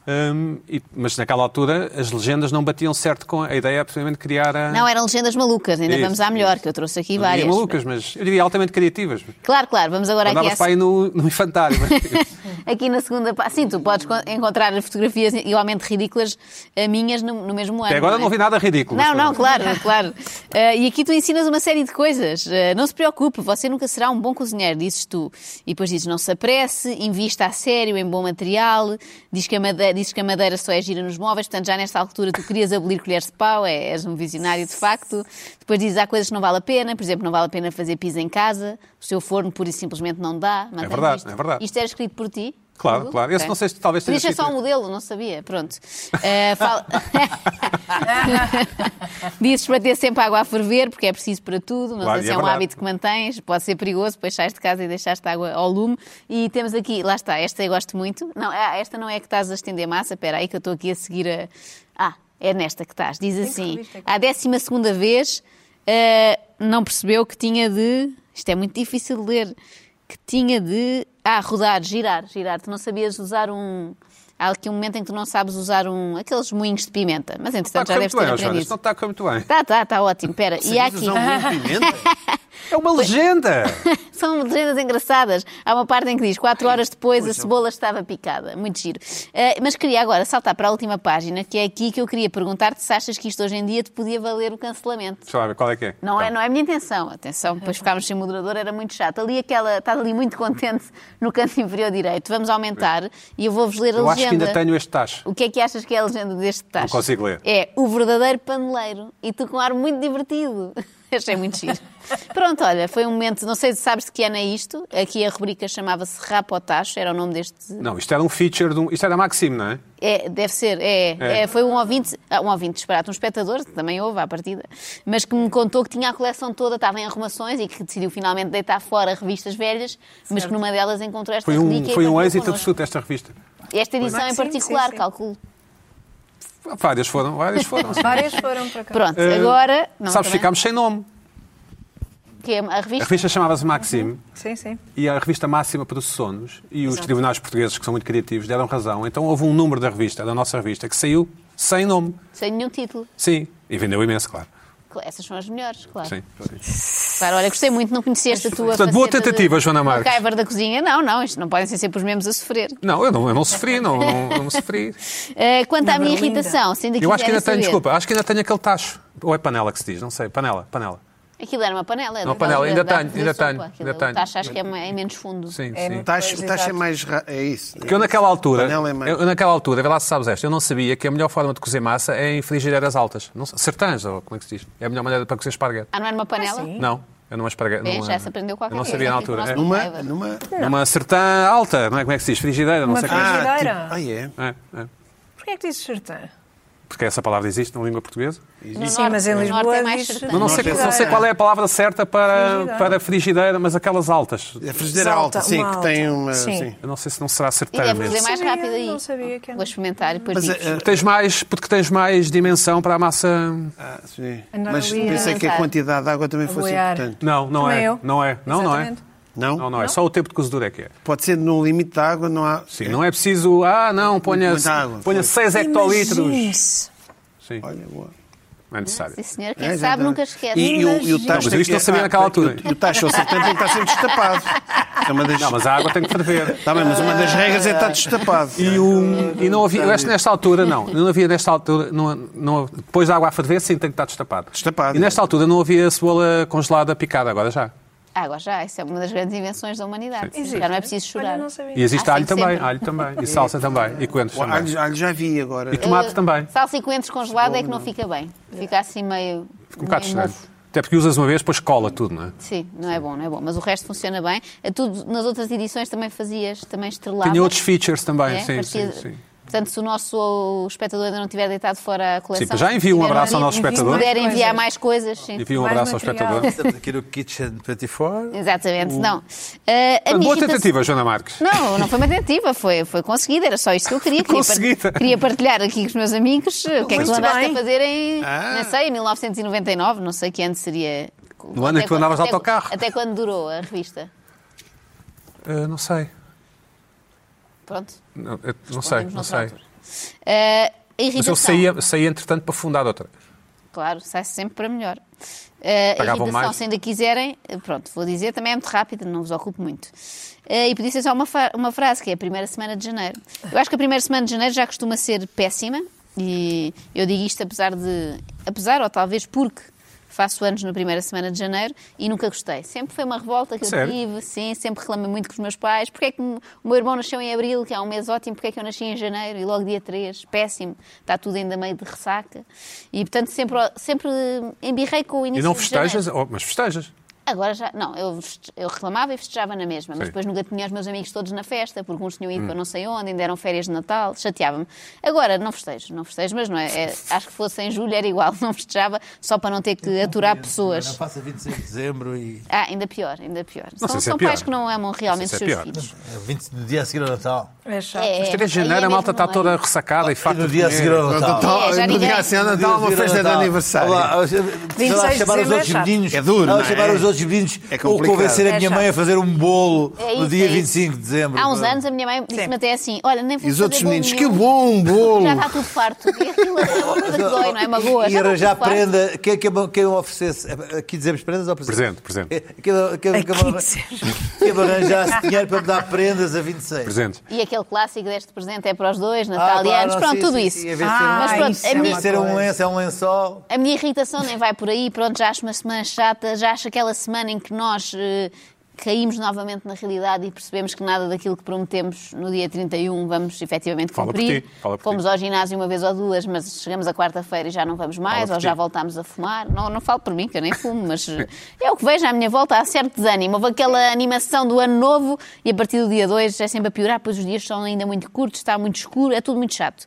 S1: Hum, e- mas naquela altura as legendas não batiam certo com a ideia, é absolutamente criar a.
S2: Não, eram legendas malucas, ainda
S1: Isso,
S2: vamos à melhor,
S1: isso.
S2: que eu trouxe aqui
S1: Não diria
S2: várias.
S1: malucas, mas eu diria altamente criativas.
S2: Claro, claro, vamos agora aqui
S1: Andava-se
S2: à
S1: para aí no, no infantário. mas-
S2: aqui na segunda página. Sim, tu podes con- encontrar fotografias igualmente ridículas eh, minhas no, no mesmo ano. é?
S1: Até agora não vi nada ridículo.
S2: Não, não, claro, claro. Eh, e aqui tu ensinas uma série de coisas. Eh, não se preocupe, você nunca será um bom cozinheiro, dizes tu. E depois dizes, não se apresse, invista a sério, em bom material, diz que a madeira, dizes que a madeira só é gira nos móveis, portanto já nesta altura tu querias abolir colheres de pau, é, és um visionário de facto. Depois dizes, há coisas que não vale a pena, por exemplo, não vale a pena fazer pizza em casa, o seu forno pura e simplesmente não dá. Mantém
S1: verdade,
S2: isto.
S1: é verdade.
S2: Isto era escrito por ti?
S1: Claro,
S2: Hugo?
S1: claro. Esse
S2: Ok.
S1: não sei se talvez tenha
S2: Podia ser só um
S1: escrito.
S2: modelo, não sabia. Pronto. Eh, fala- Dizes para ter sempre água a ferver, porque é preciso para tudo. Não
S1: Claro,
S2: sei
S1: e
S2: se
S1: é
S2: é, um
S1: verdade.
S2: hábito que mantens, pode ser perigoso, depois sais de casa e deixaste a água ao lume. E temos aqui, lá está, esta eu gosto muito. Não, ah, esta não é que estás a estender massa, espera aí que eu estou aqui a seguir a. Ah, é nesta que estás. Diz assim,
S3: revista aqui.
S2: à décima segunda vez, eh, não percebeu que tinha de. Isto é muito difícil de ler. Que tinha de. Ah, rodar, girar, girar. Tu não sabias usar um. Há aqui um momento em que tu não sabes usar um. aqueles moinhos de pimenta.
S1: Está a
S2: Mas
S4: Ah,
S2: entretanto já
S1: correr
S2: deves
S1: muito
S2: ter
S1: bem, ó, Joana.
S2: aprendido.
S1: Isto não está a correr muito bem.
S2: Tá, tá, tá ótimo. Pera, e há aqui.
S4: Usar um molho de pimenta?
S2: Tá.
S1: É uma legenda!
S2: São legendas engraçadas. Há uma parte em que diz: quatro horas depois a cebola estava picada. Muito giro. Eh, mas queria agora saltar para a última página, que é aqui que eu queria perguntar-te se achas que isto hoje em dia te podia valer o cancelamento.
S1: Deixa lá ver qual é que é.
S2: Não é, não é a minha intenção, atenção, depois ficámos sem moderador, era muito chato. Ali aquela, estás ali muito contente no canto inferior direito. Vamos aumentar e eu vou-vos ler a
S1: Eu
S2: legenda.
S1: acho que ainda tenho este tacho.
S2: O que é que achas que é a legenda deste tacho?
S1: consigo ler.
S2: É o verdadeiro paneleiro. E tu com um ar muito divertido. Achei muito giro. Pronto, olha, foi um momento. Não sei se sabes de que ano é isto. Aqui a rubrica chamava-se Rapa ao Tacho, era o nome deste.
S1: Não, isto era um feature de um. Isto era Maxime, não é?
S2: É, deve ser, é,
S1: É.
S2: é, Foi um ouvinte, ah, um ouvinte, disparate, um espectador, também houve à partida, mas que me contou que tinha a coleção toda, estava em arrumações e que decidiu finalmente deitar fora revistas velhas, mas que numa delas encontrou esta
S1: Foi um,
S2: relíquia e
S1: foi um
S2: partilhou
S1: êxito
S2: então connosco.
S1: absoluto esta revista.
S2: Esta edição
S3: Sim,
S2: em
S3: um sim,
S2: particular,
S3: sim.
S2: calculo.
S1: Várias foram, várias foram.
S3: Várias foram para cá.
S2: Pronto,
S1: Eh,
S2: agora. não,
S1: Sabes,
S2: também-
S1: ficámos sem nome.
S2: Que é a
S1: A
S2: revista?
S1: revista chamava-se Maxime
S3: Sim, sim.
S1: e a revista Máxima processou-nos e os tribunais portugueses, que são muito criativos, deram razão. Então houve um número da revista, da nossa revista, que saiu sem nome.
S2: Sem nenhum título.
S1: Sim, e vendeu imenso, claro.
S2: Essas são as melhores, claro.
S1: Sim.
S2: Claro, olha, gostei muito, não conheceste a tua.
S1: Portanto, boa
S2: faceta
S1: tentativa,
S2: de-
S1: Joana Marques.
S2: MacGyver da cozinha, não, não, isto não podem ser sempre os mesmos a sofrer.
S1: Não, eu não, eu não sofri, não, não, não sofri.
S2: Eh, quanto à
S3: Uma
S2: minha
S3: berlinda.
S2: irritação, se ainda
S1: Eu acho que
S2: quiserem
S1: ainda tenho,
S2: saber,
S1: desculpa, acho que ainda tenho aquele tacho. Ou é panela que se diz, não sei. Panela, panela.
S2: Aquilo era uma panela. era
S1: Uma
S2: daquelas
S1: panela, ainda
S2: da-
S1: tenho,
S2: da
S1: ainda
S2: sopa,
S1: tenho,
S2: aquilo.
S1: ainda
S2: O
S1: tenho.
S2: tacho acho que é, ma- é menos fundo.
S1: Sim,
S3: É,
S1: sim.
S3: não-
S4: O tacho, o
S3: Pois,
S4: tacho é
S3: exato.
S4: mais. ra- É isso.
S1: Porque eu naquela altura,
S4: Panela é mais-
S1: eu, naquela altura, vê lá se sabes esta, eu não sabia que a melhor forma de cozer massa é em frigideiras altas. Não, sei, sertãs, ou como é que se diz? É a melhor maneira para cozer esparguete.
S2: Ah, não era uma panela?
S3: Ah, sim.
S1: Não, eu não é esparguete.
S2: Bem,
S1: não,
S2: já se aprendeu qualquer
S1: Eu não
S2: coisa
S1: sabia na
S2: aqui com o
S1: altura.
S2: nosso
S4: Numa.
S2: MacGyver.
S4: numa...
S1: É. Uma sertã alta, não é como é que se diz? Frigideira, não
S3: Uma
S1: sei como é. que
S4: Ah,
S3: Frigideira.
S4: tipo... ah, é.
S1: se- É, é.
S3: Porquê é que dizes sertã?
S1: Porque é essa palavra existe na língua portuguesa.
S2: No
S3: Sim, mas em
S2: norte- no norte
S3: Lisboa
S2: é mais
S3: diz-
S2: sertão.
S1: Eu não sei,
S4: Frigideira.
S1: não sei qual é a palavra certa para,
S3: Frigideira.
S1: para frigideira, mas aquelas altas.
S4: A ah, é. frigideira alta,
S3: Salta,
S4: sim,
S3: uma
S4: que tem
S3: alta.
S4: uma.
S3: Sim.
S4: sim.
S1: Eu não sei se não será
S2: E
S1: sertã
S2: deve fazer
S1: mesmo.
S2: mais
S3: Sabia,
S2: rápido aí.
S3: não sabia que era.
S2: Vou experimentar e depois
S4: Mas,
S2: digo.
S4: eh,
S1: Tens mais, porque tens mais dimensão para a massa.
S4: ah, sim.
S3: Andar
S4: Mas
S3: ali a
S4: pensei que a
S2: dançar.
S4: quantidade de água também fosse
S3: boiar.
S4: importante.
S1: Não, não
S3: Também
S1: é.
S3: eu.
S1: Não é. Não, não é.
S3: Exatamente.
S4: Não?
S1: Não, não é. Só o tempo de cozedura é que é.
S4: Pode ser no limite da água, não há.
S1: Sim, não é preciso. Ah, não, ponha,
S4: Muita água.
S1: ponha 6 hectolitros.
S3: Imagine-se.
S1: Sim,
S4: Olha, boa.
S1: não é necessário.
S2: Sim, senhor, quem
S4: É, já
S2: sabe
S4: dá.
S2: nunca esquece.
S4: E, e o, e o
S3: Não,
S4: tacho
S1: mas
S4: tem
S1: isto
S4: que- é
S1: não sabia naquela altura.
S4: E o tacho ao sertão tem que estar sempre destapado. É uma das...
S1: Não, mas a água tem que ferver.
S4: Tá bem, mas uma das regras é estar destapado.
S1: E, o, e não havia, eu acho que nesta altura não, não havia nesta altura, não, não, depois da água a ferver, sim, tem que estar destapado.
S4: Destapado.
S1: E nesta altura não havia cebola congelada picada, agora já.
S2: Ah, Agora já, isso é uma das grandes invenções da humanidade.
S3: Existe.
S2: Já não é preciso chorar.
S3: Olha, não sabia.
S1: E existe
S2: Ah,
S1: alho
S2: sim,
S1: também,
S2: sempre.
S1: alho também, e salsa também, e coentros
S4: O
S1: também.
S4: alho, alho já vi agora.
S1: E tomate
S2: Eh,
S1: também.
S2: Salsa e coentros congelado é que não fica bem. Fica assim meio.
S1: Um bocado
S2: meio
S1: estranho.
S2: mofo.
S1: Até porque usas uma vez, depois cola tudo, não é?
S2: Sim, não é bom, não é bom. Mas o resto funciona bem. A tudo, nas outras edições também fazias, também estrelava.
S1: Tinha outros features também,
S2: é?
S1: sim, sim,
S2: Partias-
S1: sim.
S2: Portanto, se o nosso espectador ainda não tiver deitado fora a coleção.
S1: Sim, já
S2: se
S1: envia um
S2: tiver
S1: abraço ao
S2: marido,
S1: nosso
S3: envia-
S1: espectador.
S2: puder enviar
S3: Coisas.
S2: mais coisas, sim.
S1: Envia um
S3: Mais
S1: abraço ao
S3: material.
S1: espectador.
S5: Estamos aqui no Kitchen
S2: É
S5: 24.
S2: Exatamente, não. Eh, a minha
S1: Boa
S2: irritação-
S1: tentativa, Joana Marques.
S2: Não, não foi uma tentativa, foi, foi conseguida, era só isto que eu queria. Queria, par-
S1: Conseguida.
S2: queria partilhar aqui com os meus amigos eh, o que é que tu
S3: Muito
S2: andaste a
S3: bem.
S2: fazer em,
S4: Ah.
S2: não sei, em 1999, não sei que ano seria.
S1: No ano em que tu
S2: Até
S1: andavas de
S2: quando- até-
S1: autocarro.
S2: Até quando durou a revista?
S1: Eh, não sei.
S2: Pronto.
S1: Não, eu não sei,
S2: respondemos
S1: não
S2: noutra
S1: sei.
S2: altura. Eh, a
S1: Mas eu
S2: irritação.
S1: saí, saí, entretanto, para fundar outra.
S2: claro, sai -se sempre para melhor. Eh, a
S1: Pagavam
S2: irritação,
S1: mais?
S2: se ainda quiserem, eh, pronto, vou dizer, também é muito rápida, não vos ocupo muito. Eh, e podia ser só uma, fa- uma frase, que é a primeira semana de janeiro. Eu acho que a primeira semana de janeiro já costuma ser péssima, e eu digo isto apesar de. apesar, ou talvez porque. Faço anos na primeira semana de janeiro e nunca gostei. Sempre foi uma revolta que eu
S1: Sério?
S2: tive, sim, sempre reclamei muito com os meus pais. Porque é que o meu irmão nasceu em abril, que é um mês ótimo, porque é que eu nasci em janeiro e logo dia 3, péssimo, está tudo ainda meio de ressaca. E portanto sempre, sempre embirrei com o
S1: E
S2: início
S1: não
S2: de janeiro.
S1: festejas, oh, mas festejas.
S2: Agora já, não, eu, feste- eu reclamava e festejava na mesma, mas
S1: Sim. Hum.
S2: depois nunca tinha os meus amigos todos na festa, porque uns tinham ido para não sei onde, ainda eram férias de Natal, chateava-me. Agora não festejo, não festejo, mas não é, é- acho que fosse em julho era igual, não festejava só para não ter que aturar
S5: Não
S2: pessoas.
S5: faça 26 de dezembro e
S2: Ah, ainda pior, ainda pior.
S1: Não sei
S2: são
S1: se é
S2: são
S1: pior.
S2: pais que não amam realmente
S1: se é
S2: os seus
S1: pior.
S2: filhos.
S5: é 20 do dia a seguir ao Natal.
S3: É chato.
S2: É,
S1: Mas 3 de
S2: aí é
S1: janeiro a malta
S2: mesmo
S1: está
S2: bem.
S1: toda ressacada e
S5: E
S1: farta
S5: no
S1: de
S5: dia a seguir
S1: comer.
S5: ao Natal.
S2: É, já
S4: Tá, no
S2: ninguém-
S4: dia assim, ao Natal, uma festa de aniversário.
S5: Olá, sei lá,
S3: 26 de
S5: chamar os
S3: dezembro é
S5: outros
S3: chato.
S5: meninos.
S4: É duro,
S5: Não,
S4: não é?
S5: chamar os outros meninos.
S4: É
S5: ou
S4: complicado.
S5: convencer a
S3: É
S5: minha
S3: chato.
S5: mãe a fazer um bolo
S2: É isso,
S5: no dia
S2: é isso.
S5: 25 de dezembro. é?
S2: Há uns anos a minha mãe
S3: Sim.
S2: disse-me até assim: Olha, nem vou
S4: E os outros
S2: fazer bolo
S4: meninos, que
S2: nenhum,
S4: bom bolo!
S2: Já está tudo farto. E aquilo é uma coisa que dói, não é? Magoa.
S5: E arranjar
S2: está tudo farto.
S5: prenda. Quem, é quem, quem oferecesse. Aqui dizemos prendas ou
S1: Presente,
S5: presente?
S1: presente.
S5: Quem, é quem, quem, é
S3: Aqui
S5: quem arranjasse dinheiro para me dar prendas a 26.
S1: Presente.
S2: E aquele clássico deste presente é para os dois,
S1: Ah,
S2: Natal e anos,
S5: não,
S2: pronto,
S5: Ah, sim,
S2: tudo
S5: sim,
S2: isso.
S5: sim, em vez de ser um-
S3: Ah,
S2: Mas pronto,
S3: isso
S2: a
S3: é
S5: Em
S2: minha-
S5: vez
S3: uma
S5: de ser um
S3: coisa.
S5: lenço, é um lençol.
S2: A minha irritação nem vai por aí, pronto, já acho uma semana chata, já acho aquela semana em que nós eh, caímos novamente na realidade e percebemos que nada daquilo que prometemos no dia 31 vamos efetivamente
S1: Fala por
S2: cumprir.
S1: ti, fala por ti.
S2: Fomos ao ginásio uma vez ou duas, mas chegamos à quarta-feira e já não vamos mais,
S1: por
S2: ou já
S1: ti.
S2: voltámos a fumar. Não, não falo por mim, que eu nem fumo, mas eh, é o que vejo à minha volta, há certo desânimo. Houve aquela animação do ano novo e a partir do dia 2 é sempre a piorar, pois os dias são ainda muito curtos, está muito escuro, é tudo muito chato.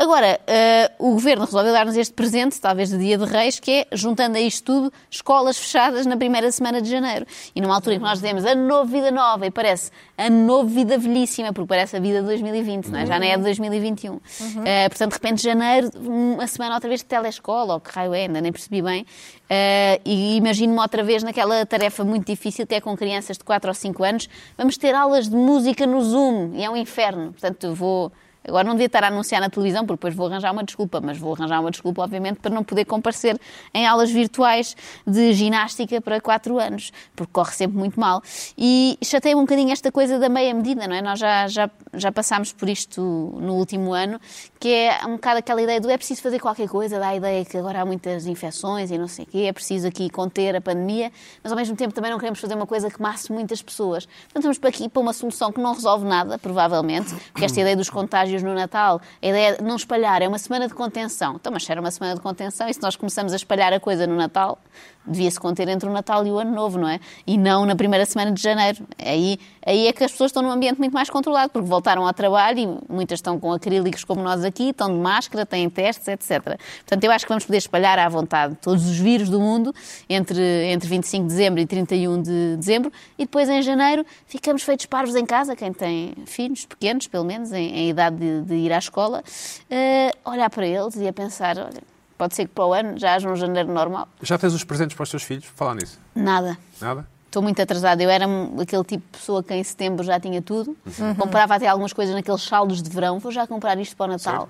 S2: Agora, eh, o governo resolveu dar-nos este presente, talvez de dia de reis, que é, juntando a isto tudo, escolas fechadas na primeira semana de janeiro. E numa altura em que nós dizemos ano novo, vida nova, e parece ano novo, vida velhíssima, porque parece a vida de 2020, não é? já não é de 2021. Eh, portanto, de repente, janeiro, um, uma semana outra vez de telescola, ou que raio é, ainda nem percebi bem. Eh, e imagino-me outra vez naquela tarefa muito difícil que é com crianças de 4 ou 5 anos, vamos ter aulas de música no Zoom, e é um inferno. Portanto, eu vou. Agora não devia estar a anunciar na televisão, porque depois vou arranjar uma desculpa, mas vou arranjar uma desculpa, obviamente, para não poder comparecer em aulas virtuais de ginástica para 4 anos, porque corre sempre muito mal. E chatei um bocadinho esta coisa da meia medida, não é? Nós já, já, já passámos por isto no último ano, que é um bocado aquela ideia do é preciso fazer qualquer coisa, dá a ideia que agora há muitas infecções e não sei o quê, é preciso aqui conter a pandemia, mas ao mesmo tempo também não queremos fazer uma coisa que masse muitas pessoas. Portanto, vamos para aqui para uma solução que não resolve nada, provavelmente, porque esta ideia dos contágios no Natal, a ideia de não espalhar, é uma semana de contenção. Então, mas se era uma semana de contenção e se nós começamos a espalhar a coisa no Natal, devia-se conter entre o Natal e o Ano Novo, não é? E não na primeira semana de janeiro. Aí, aí é que as pessoas estão num ambiente muito mais controlado, porque voltaram ao trabalho e muitas estão com acrílicos como nós aqui, estão de máscara, têm testes, etc. Portanto, eu acho que vamos poder espalhar à vontade todos os vírus do mundo entre, entre 25 de dezembro e 31 de dezembro e depois em janeiro ficamos feitos parvos em casa, quem tem filhos pequenos, pelo menos, em, em idade de, de ir à escola, eh, olhar para eles e a pensar, olha, pode ser que para o ano já haja um janeiro normal.
S1: Já tens os presentes para os teus filhos? Falar nisso.
S2: Nada.
S1: Nada?
S2: Estou muito atrasada. Eu era um- aquele tipo de pessoa que em setembro já tinha tudo. Comprava até algumas coisas naqueles saldos de verão. Vou já comprar isto para o Natal.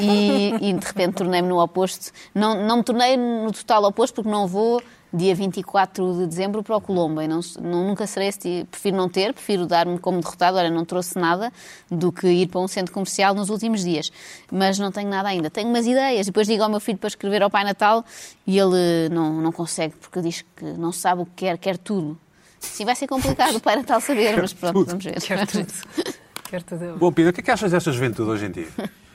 S2: E, e, de repente tornei-me no oposto. Não, não me tornei no total oposto porque não vou dia 24 de dezembro para o Colombo. Eu não, s- não- nunca serei esse tipo. Prefiro não ter, prefiro dar-me como derrotado. Olha, não trouxe nada do que ir para um centro comercial nos últimos dias. Mas não tenho nada ainda. Tenho umas ideias. E depois digo ao meu filho para escrever ao Pai Natal e ele eh, não, não consegue porque diz que não sabe o que quer, quer tudo. Sim, vai ser complicado para Natal saber, mas pronto, vamos ver.
S3: Quero tudo. Quero tudo. eu.
S1: Bom, Pina, o que é que achas desta juventude hoje em dia?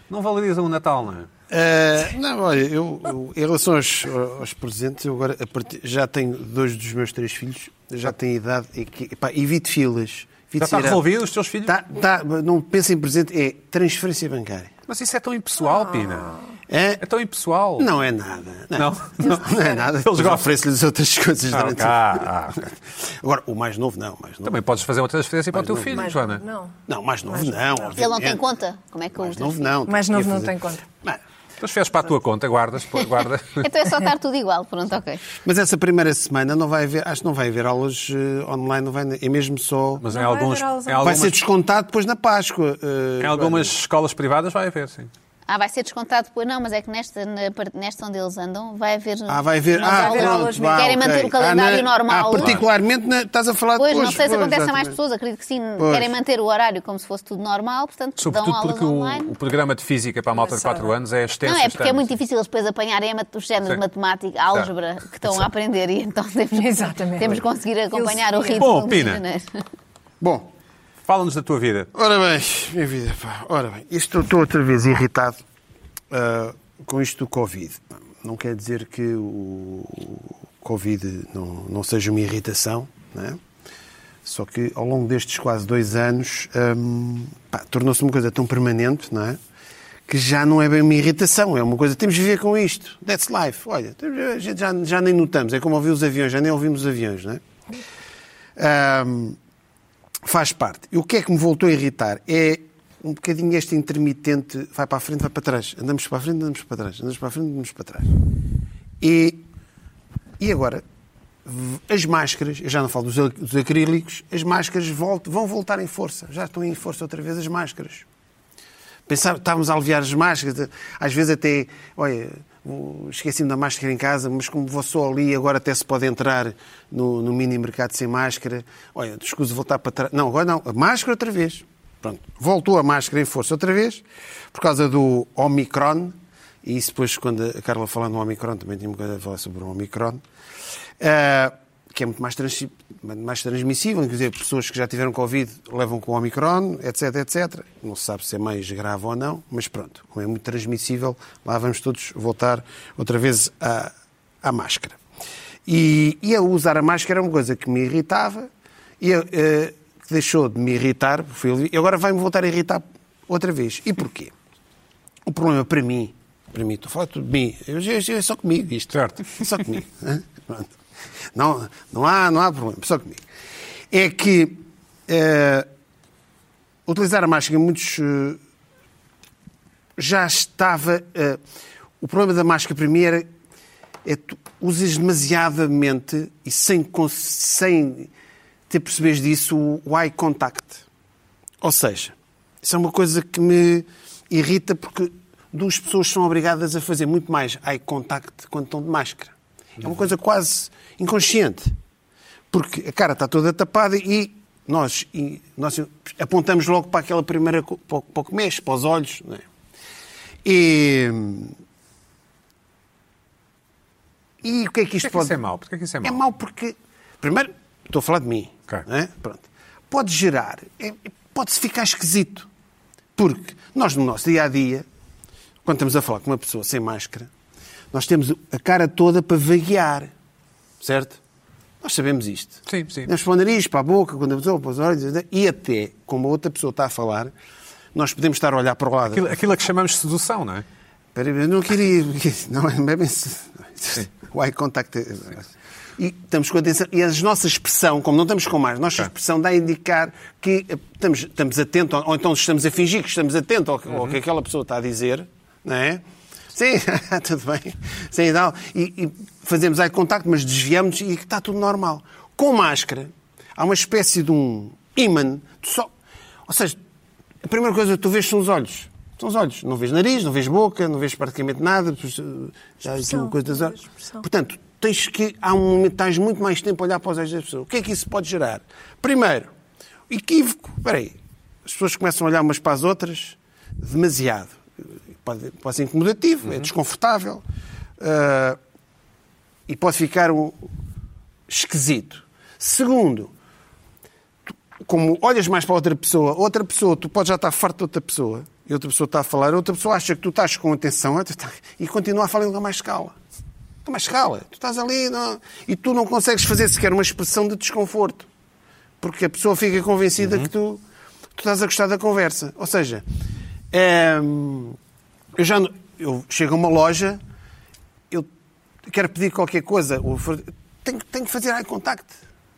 S1: Não valorizam o Natal, não é?
S4: Ah, não, olha, eu, eu- em relação aos, aos presentes, eu agora a partir- já tenho dois dos meus três filhos, já têm idade e que, epá, evite filas.
S1: Já está resolvido os teus filhos?
S4: Tá, tá, não pensa em presente, é transferência bancária.
S1: Mas isso é tão impessoal, Pina.
S4: É?
S1: É tão impessoal.
S4: Não é nada. Não,
S1: Não?
S4: não, não é nada. Eles
S1: gostam.
S4: oferecem-lhes outras coisas
S1: Ah,
S4: durante
S1: ok. Ah, ok.
S4: o- Agora, o mais novo, não. o Mais novo.
S1: Também podes fazer uma transferência para o teu filho,
S3: Mas
S1: Joana.
S3: não.
S4: Não, mais novo não. obviamente.
S2: Ele não tem conta? Como é que eu
S4: Mais
S2: uso?
S4: novo não.
S3: Mais novo não
S4: Ia
S3: tem
S4: fazer-
S3: conta.
S4: Mas-
S1: Então, se fizes para a tua conta, guardas, pô, guarda.
S2: Então é só estar tudo igual, pronto, ok.
S4: Mas essa primeira semana não vai haver, acho que não vai haver aulas eh, online, não vai, é mesmo só.
S1: Mas em
S3: Não vai
S1: alguns.
S3: haver aulas
S1: Em
S3: ao-
S4: Vai
S1: algumas,
S4: ser descontado depois na Páscoa. eh,
S1: em algumas escolas privadas vai haver, sim.
S2: Ah, vai ser descontado depois. Não, mas é que nesta, na parte- nesta onde eles andam vai haver.
S4: Ah, vai haver.
S2: não
S4: Ah,
S2: vai haver
S4: pronto,
S3: aulas
S4: vá,
S2: Querem
S4: ok.
S2: manter o calendário
S4: Ah, na-
S2: normal.
S4: Ah, particularmente, na- estás a
S5: Ah,
S4: falar
S2: Pois,
S4: depois.
S2: não sei se
S4: pois,
S2: acontece a mais
S4: exatamente.
S2: pessoas, acredito que sim.
S4: Pois.
S2: Querem manter o horário como se fosse tudo normal, portanto
S1: Sobretudo
S2: dão aulas
S1: porque
S2: online.
S1: o, o programa de física para a malta de 4 anos é extenso.
S2: Não, é porque é
S1: extenso.
S2: muito difícil eles depois apanharem a mat- os géneros
S1: Sim.
S2: de matemática, álgebra, que estão a aprender e então temos,
S3: Exatamente.
S2: temos de conseguir acompanhar o ritmo.
S1: Bom, Pina.
S4: Bom,
S1: Fala-nos da tua vida.
S4: Ora bem, minha vida, pá. Ora bem, isto estou outra vez irritado ah, com isto do Covid. Não quer dizer que o Covid não, não seja uma irritação, né? Só que ao longo destes quase dois anos hum, pá, tornou-se uma coisa tão permanente, não é? Que já não é bem uma irritação, é uma coisa, temos de viver com isto. That's life. Olha, temos- a gente já, já nem notamos, é como ouvir os aviões, já nem ouvimos os aviões, não é? Hum, faz parte. E o que é que me voltou a irritar é um bocadinho este intermitente, vai para a frente, vai para trás, andamos para a frente, andamos para trás, andamos para a frente, andamos para trás. E, e agora, v- as máscaras, eu já não falo dos, ac- dos acrílicos, as máscaras voltam, vão voltar em força, já estão em força outra vez as máscaras. Pensava, estávamos a aliviar as máscaras, às vezes até, olha, o- esqueci-me da máscara em casa, mas como vou só ali, agora até se pode entrar no, no mini mercado sem máscara. Olha, escuso voltar para trás. Não, agora não, a máscara outra vez. Pronto, voltou a máscara em força outra vez, por causa do Omicron, e isso depois, quando a Carla falar no Omicron, também tinha uma coisa a falar sobre o Omicron. Ah, que é muito mais, transi- mais transmissível, inclusive pessoas que já tiveram Covid levam com o Omicron, etc, etc. Não se sabe se é mais grave ou não, mas pronto, como é muito transmissível, lá vamos todos voltar outra vez à, à máscara. E, e a usar a máscara é uma coisa que me irritava, e eu, eh, que deixou de me irritar, fui ali- e agora vai-me voltar a irritar outra vez. E porquê? O problema para mim, para mim, estou a falar tudo de mim, eu, eu, eu, é só comigo isto. É
S1: Certo.
S4: Só comigo. hã? Pronto. Não, não, há, não há problema, só comigo. É que eh, utilizar a máscara em muitos. eh, já estava. eh, o problema da máscara para mim era. É tu usas demasiadamente e sem, cons- sem ter perceberes disso o- o eye contact. Ou seja, isso é uma coisa que me irrita porque duas pessoas são obrigadas a fazer muito mais eye contact quando estão de máscara. É uma coisa quase inconsciente. Porque a cara está toda tapada e nós, e nós apontamos logo para aquela primeira co- para o para o que mexe, para os olhos. não é? E, e o que é que
S1: Porquê
S4: isto
S1: que
S4: pode
S1: isso é mau? Porquê que isso é mau?
S4: é mau porque. Primeiro, estou a falar de mim.
S1: Ok.
S4: não é? Pronto. Pode gerar, é- pode-se ficar esquisito. Porque nós, no nosso dia a dia, quando estamos a falar com uma pessoa sem máscara, nós temos a cara toda para vaguear. Certo? Nós sabemos isto.
S1: Sim, sim.
S4: Nós para o nariz, para a boca, quando a pessoa, para os olhos, e até, como a outra pessoa está a falar, nós podemos estar a olhar para o lado.
S1: Aquilo, aquilo a que chamamos de sedução, não é?
S4: Espera aí, eu não queria. Não é não é bem isso. O eye contact. é- E estamos com atenção. E a nossa expressão, como não estamos com mais, a nossa
S1: Tá.
S4: expressão dá a indicar que eh, estamos, estamos atentos, ou então estamos a fingir que estamos atentos ao, que- ao que aquela pessoa está a dizer, não é? Sim, tudo bem. Sim, não. E, e fazemos eye contact, mas desviamos e está tudo normal. Com máscara, há uma espécie de um imã, de só. Ou seja, a primeira coisa que tu vês são os olhos. São os olhos. Não vês nariz, não vês boca, não vês praticamente nada. pois, eh, Já há aqui uma coisa das olhos.
S3: expressão.
S4: Portanto, tens que, há um momento, tens muito mais tempo a olhar para os olhos das pessoas. O que é que isso pode gerar? Primeiro, equívoco. Espera aí. As pessoas começam a olhar umas para as outras demasiado. Pode, pode ser incomodativo, é desconfortável. Ah, e pode ficar um, esquisito. Segundo, como olhas mais para outra pessoa, outra pessoa, tu podes já estar farto de outra pessoa, e outra pessoa está a falar, outra pessoa acha que tu estás com atenção ah, tu tá- e continua a falar em lugar mais cala. Com mais cala. Tu estás ali não- e tu não consegues fazer sequer uma expressão de desconforto. Porque a pessoa fica
S1: Uhum.
S4: convencida que tu, tu estás a gostar da conversa. Ou seja, ehm, eu já não- eu chego a uma loja, eu quero pedir qualquer coisa, o ofer- tenho, tenho que fazer eye contact.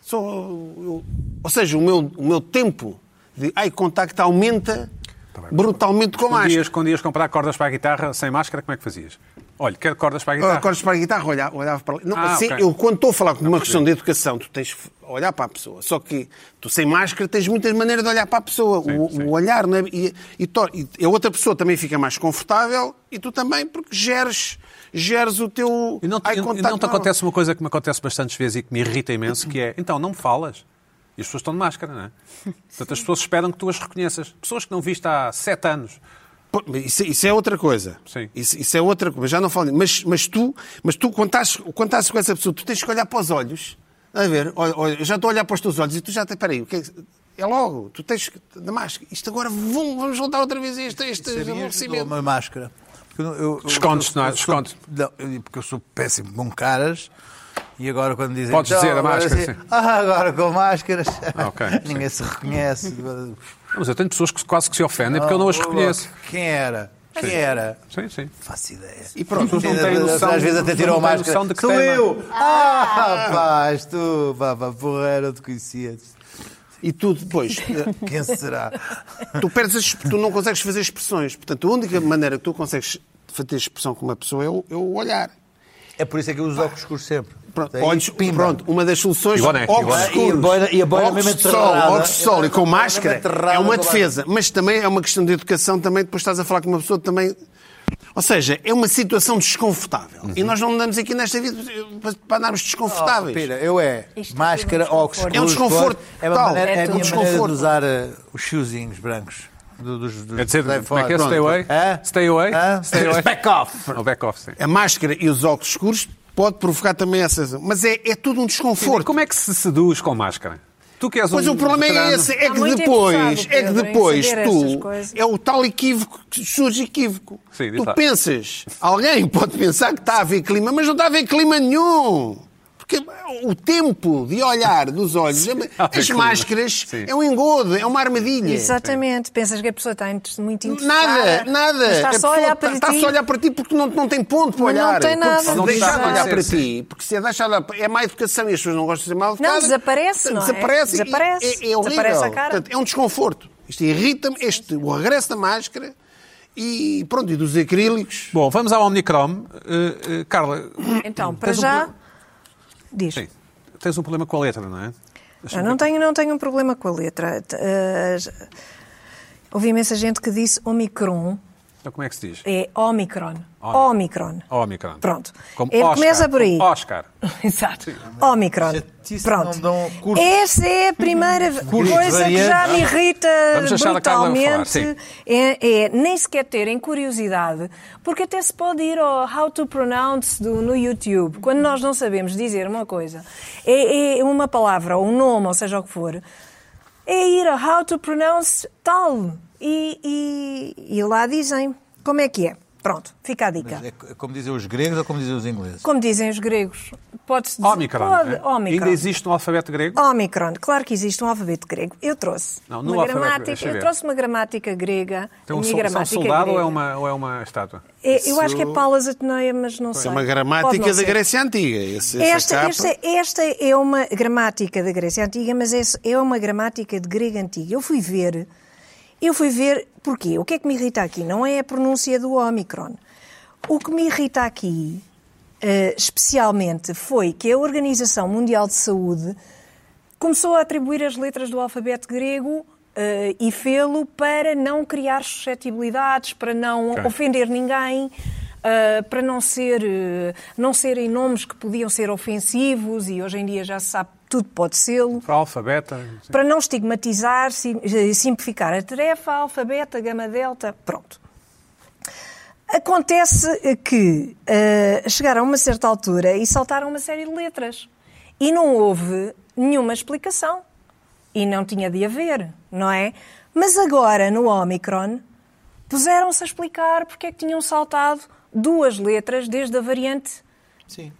S4: Sou, eu- ou seja, o meu, o meu tempo de eye contact aumenta
S1: Tá bem.
S4: brutalmente com a
S1: Quando
S4: máscara.
S1: ias, quando ias comprar cordas para a guitarra sem máscara, como é que fazias? Olha, quero cordas para a
S4: Agora,
S1: guitarra.
S4: acordes Ah, para a guitarra, olhava, olhava para ali. Não,
S1: Ah,
S4: assim,
S1: ok.
S4: eu, quando estou a falar de uma questão de educação, tu tens que olhar para a pessoa. Só que tu sem máscara tens muitas maneiras de olhar para a pessoa. o,
S1: sim.
S4: o olhar, não é? E, e, tor- e a outra pessoa também fica mais confortável e tu também, porque geres, geres o teu.
S1: E não, te-
S4: eye
S1: e- e
S4: contact
S1: não te
S4: normal.
S1: acontece uma coisa que me acontece bastantes vezes e que me irrita imenso, que é, então, não me falas. E as pessoas estão de máscara, não é? Portanto, as pessoas esperam que tu as reconheças. Pessoas que não viste há sete anos.
S4: Pô, mas Isso, isso é outra coisa.
S1: Sim.
S4: Isso, isso é outra coisa. Já não falo. nisso. Mas, mas tu, mas tu quando, estás, quando estás com essa pessoa, tu tens que olhar para os olhos. A ver, olha, olha, eu já estou a olhar para os teus olhos e tu já. te- Espera aí, o que é, que- é logo, tu tens que. Da máscara. Isto agora vou- vamos voltar outra vez a este, a este
S5: Sabias, dou
S4: aborrecimento.
S5: uma máscara. Porque eu não- eu- eu-
S1: Descontes,
S5: eu-
S1: um não é?
S5: eu sou-
S1: Desconto.
S5: Não, eu- porque eu sou péssimo com caras. E agora quando dizem...
S1: Podes dizer a
S5: agora
S1: máscara,
S5: assim,
S1: sim.
S5: ah, agora com máscaras.
S1: Ah, ok,
S5: Ninguém se reconhece.
S1: Não, mas eu tenho pessoas que quase que se ofendem porque eu não as
S5: Oh,
S1: reconheço.
S5: Quem era? Quem era?
S1: Sim, sim.
S5: Faço ideia.
S4: E pronto,
S1: As pessoas não têm
S5: Às
S1: noção-
S5: vezes até
S1: as pessoas
S5: tirou a
S1: não é?" têm
S5: máscara.
S1: noção de que
S5: Sou
S1: tema.
S5: eu! Ah, rapaz, tu, pá, porra, não te conhecias.
S4: E tu depois. eh,
S5: Quem será?
S4: tu, perdes as- tu não consegues fazer expressões. Portanto, a única maneira que tu consegues fazer expressão com uma pessoa é o, é o olhar.
S5: É por isso é que eu uso óculos escuros sempre. É
S4: Pronto,
S5: Daí,
S4: olhos,
S5: pimba.
S4: pronto, uma das soluções,
S1: E boné, e
S4: óculos
S1: boné.
S5: E a
S4: escuros,
S5: boina- e a boina é
S4: óculos
S5: mesmo
S4: de sol,
S5: enterrada.
S4: óculos de sol e com
S5: A boina
S4: máscara,
S5: mesmo enterrada
S4: é uma
S5: do lado.
S4: defesa, mas também é uma questão de educação, também depois estás a falar com uma pessoa que também... Ou seja, é uma situação desconfortável. E nós não andamos aqui nesta vida para- para andarmos desconfortáveis.
S5: Pera, eu é
S3: Isto
S5: máscara,
S3: tudo é um
S5: óculos
S3: desconforto.
S5: escuros.
S4: É um desconforto
S5: É, uma
S4: total.
S5: maneira, é,
S3: É
S5: a
S3: tudo
S5: minha maneira de
S4: desconforto.
S5: usar eh, os fiozinhos brancos. do- Dos, dos,
S1: É dizer,
S5: dos
S1: como é que é?
S5: iPhones.
S1: Stay away?
S5: Hã?
S1: Stay away?
S5: Hã?
S1: Stay away?
S5: Back off!
S1: Ou back off, sim.
S4: A máscara e os óculos escuros pode provocar também essa... Mas é, é tudo um desconforto.
S1: Como é que se seduz com máscara? Tu que és
S4: Pois
S1: um
S4: o problema é
S1: veterano.
S4: esse, é
S3: Há
S4: que
S3: Tá muito
S4: depois,
S3: interessado,
S4: é que
S3: Pedro, em
S4: depois
S3: saber estas
S4: tu
S3: coisas.
S4: é o tal equívoco que surge equívoco.
S1: Sim, diz
S4: tu
S1: lá.
S4: pensas, alguém pode pensar que está a haver clima, mas não está a haver clima nenhum. Porque o tempo de olhar dos olhos, é-
S1: a haver
S4: as
S1: clima.
S4: máscaras,
S1: Sim.
S4: é um engodo, é uma armadilha.
S3: Exatamente. Pensas que a pessoa está inter- muito interessada.
S4: Nada, nada.
S3: mas Está
S4: A
S3: só a
S4: pessoa
S3: olhar para
S4: está,
S3: ti.
S4: Está só a olhar para ti porque não, não tem ponto para
S3: Mas não
S4: olhar.
S3: tem
S4: Quando
S3: nada.
S4: se
S1: Não
S4: deixar de
S1: tem
S4: olhar
S1: nada.
S4: para ti, porque se a deixar de olhar para- é má educação e as pessoas não gostam de ser mal educadas.
S3: Não, desaparece, não é?
S4: Desaparece. e-
S3: Desaparece.
S4: É, é horrível.
S3: Desaparece a cara.
S4: Portanto, é um desconforto. Isto irrita-me, este, o regresso da máscara e pronto, e dos acrílicos.
S1: Bom, vamos ao Omnicrom. Eh, eh, Carla,
S3: Então, para
S1: Tens um
S3: já.
S1: pro-
S3: Diz.
S1: sim, tens um problema com a letra, não é?
S3: Eu não tenho, não tenho um problema com a letra. T- eh, j- Houve imensa gente que disse Omicron.
S1: Então como é que se diz?
S3: É Omicron.
S1: Ómicron.
S3: Omicron.
S1: Omicron.
S3: Pronto.
S1: Como
S3: Ele
S1: Oscar,
S3: começa por aí.
S1: como Oscar.
S3: Exato. Omicron.
S5: Chatice,
S3: Pronto.
S5: não dão um curso.
S3: Essa é a primeira
S5: Curso é? de
S3: coisa que já
S5: variantes.
S3: me irrita
S1: Vamos deixar a Carla falar, sim.
S3: brutalmente. É, é nem sequer terem curiosidade, porque até se pode ir ao How to Pronounce do, no YouTube. Quando nós não sabemos dizer uma coisa, é, é uma palavra, ou um nome, ou seja o que for, é ir a How to Pronounce tal. E, e- e lá dizem como é que é. Pronto, fica a dica.
S5: É co- como dizem os gregos ou como dizem os ingleses?
S3: Como dizem os gregos, pode-se dizer.
S1: Omicron.
S3: Pode,
S1: é?
S3: Omicron.
S1: Ainda existe um alfabeto grego?
S3: Omicron. Claro que existe um alfabeto grego. Eu trouxe.
S1: Não, no
S3: uma
S1: alfabeto,
S3: gramática,
S1: deixa
S3: eu
S1: ver.
S3: trouxe uma gramática grega.
S1: Tem
S3: a
S1: um,
S3: minha
S1: sol- é um
S3: gramática
S1: soldado
S3: grega.
S1: ou é, uma, ou é uma estátua?
S3: É, Eu acho que é Palas Ateneia, mas não sei.
S4: É uma
S3: Pode
S4: gramática
S3: não
S4: da
S3: ser.
S4: Grécia Antiga. Esse- essa
S3: Esta,
S4: capa.
S3: esta, esta é uma gramática da Grécia Antiga, mas é, é uma gramática de grego antigo. Eu fui ver, eu fui ver porquê. O que é que me irrita aqui? Não é a pronúncia do Omicron. O que me irrita aqui, eh, especialmente, foi que a Organização Mundial de Saúde começou a atribuir as letras do alfabeto grego eh, e fê-lo para não criar suscetibilidades, para não
S1: Ok.
S3: ofender ninguém, eh, para não ser eh, não serem nomes que podiam ser ofensivos e hoje em dia já se sabe que tudo pode ser.
S1: Para alfabeta?
S3: Para não estigmatizar, sim- eh, simplificar a tarefa, alfabeta, gama delta, pronto. Acontece eh, que eh, chegaram a uma certa altura e saltaram uma série de letras. E não houve nenhuma explicação. E não tinha de haver, não é? Mas agora, no Omicron, puseram-se a explicar porque é que tinham saltado duas letras desde a variante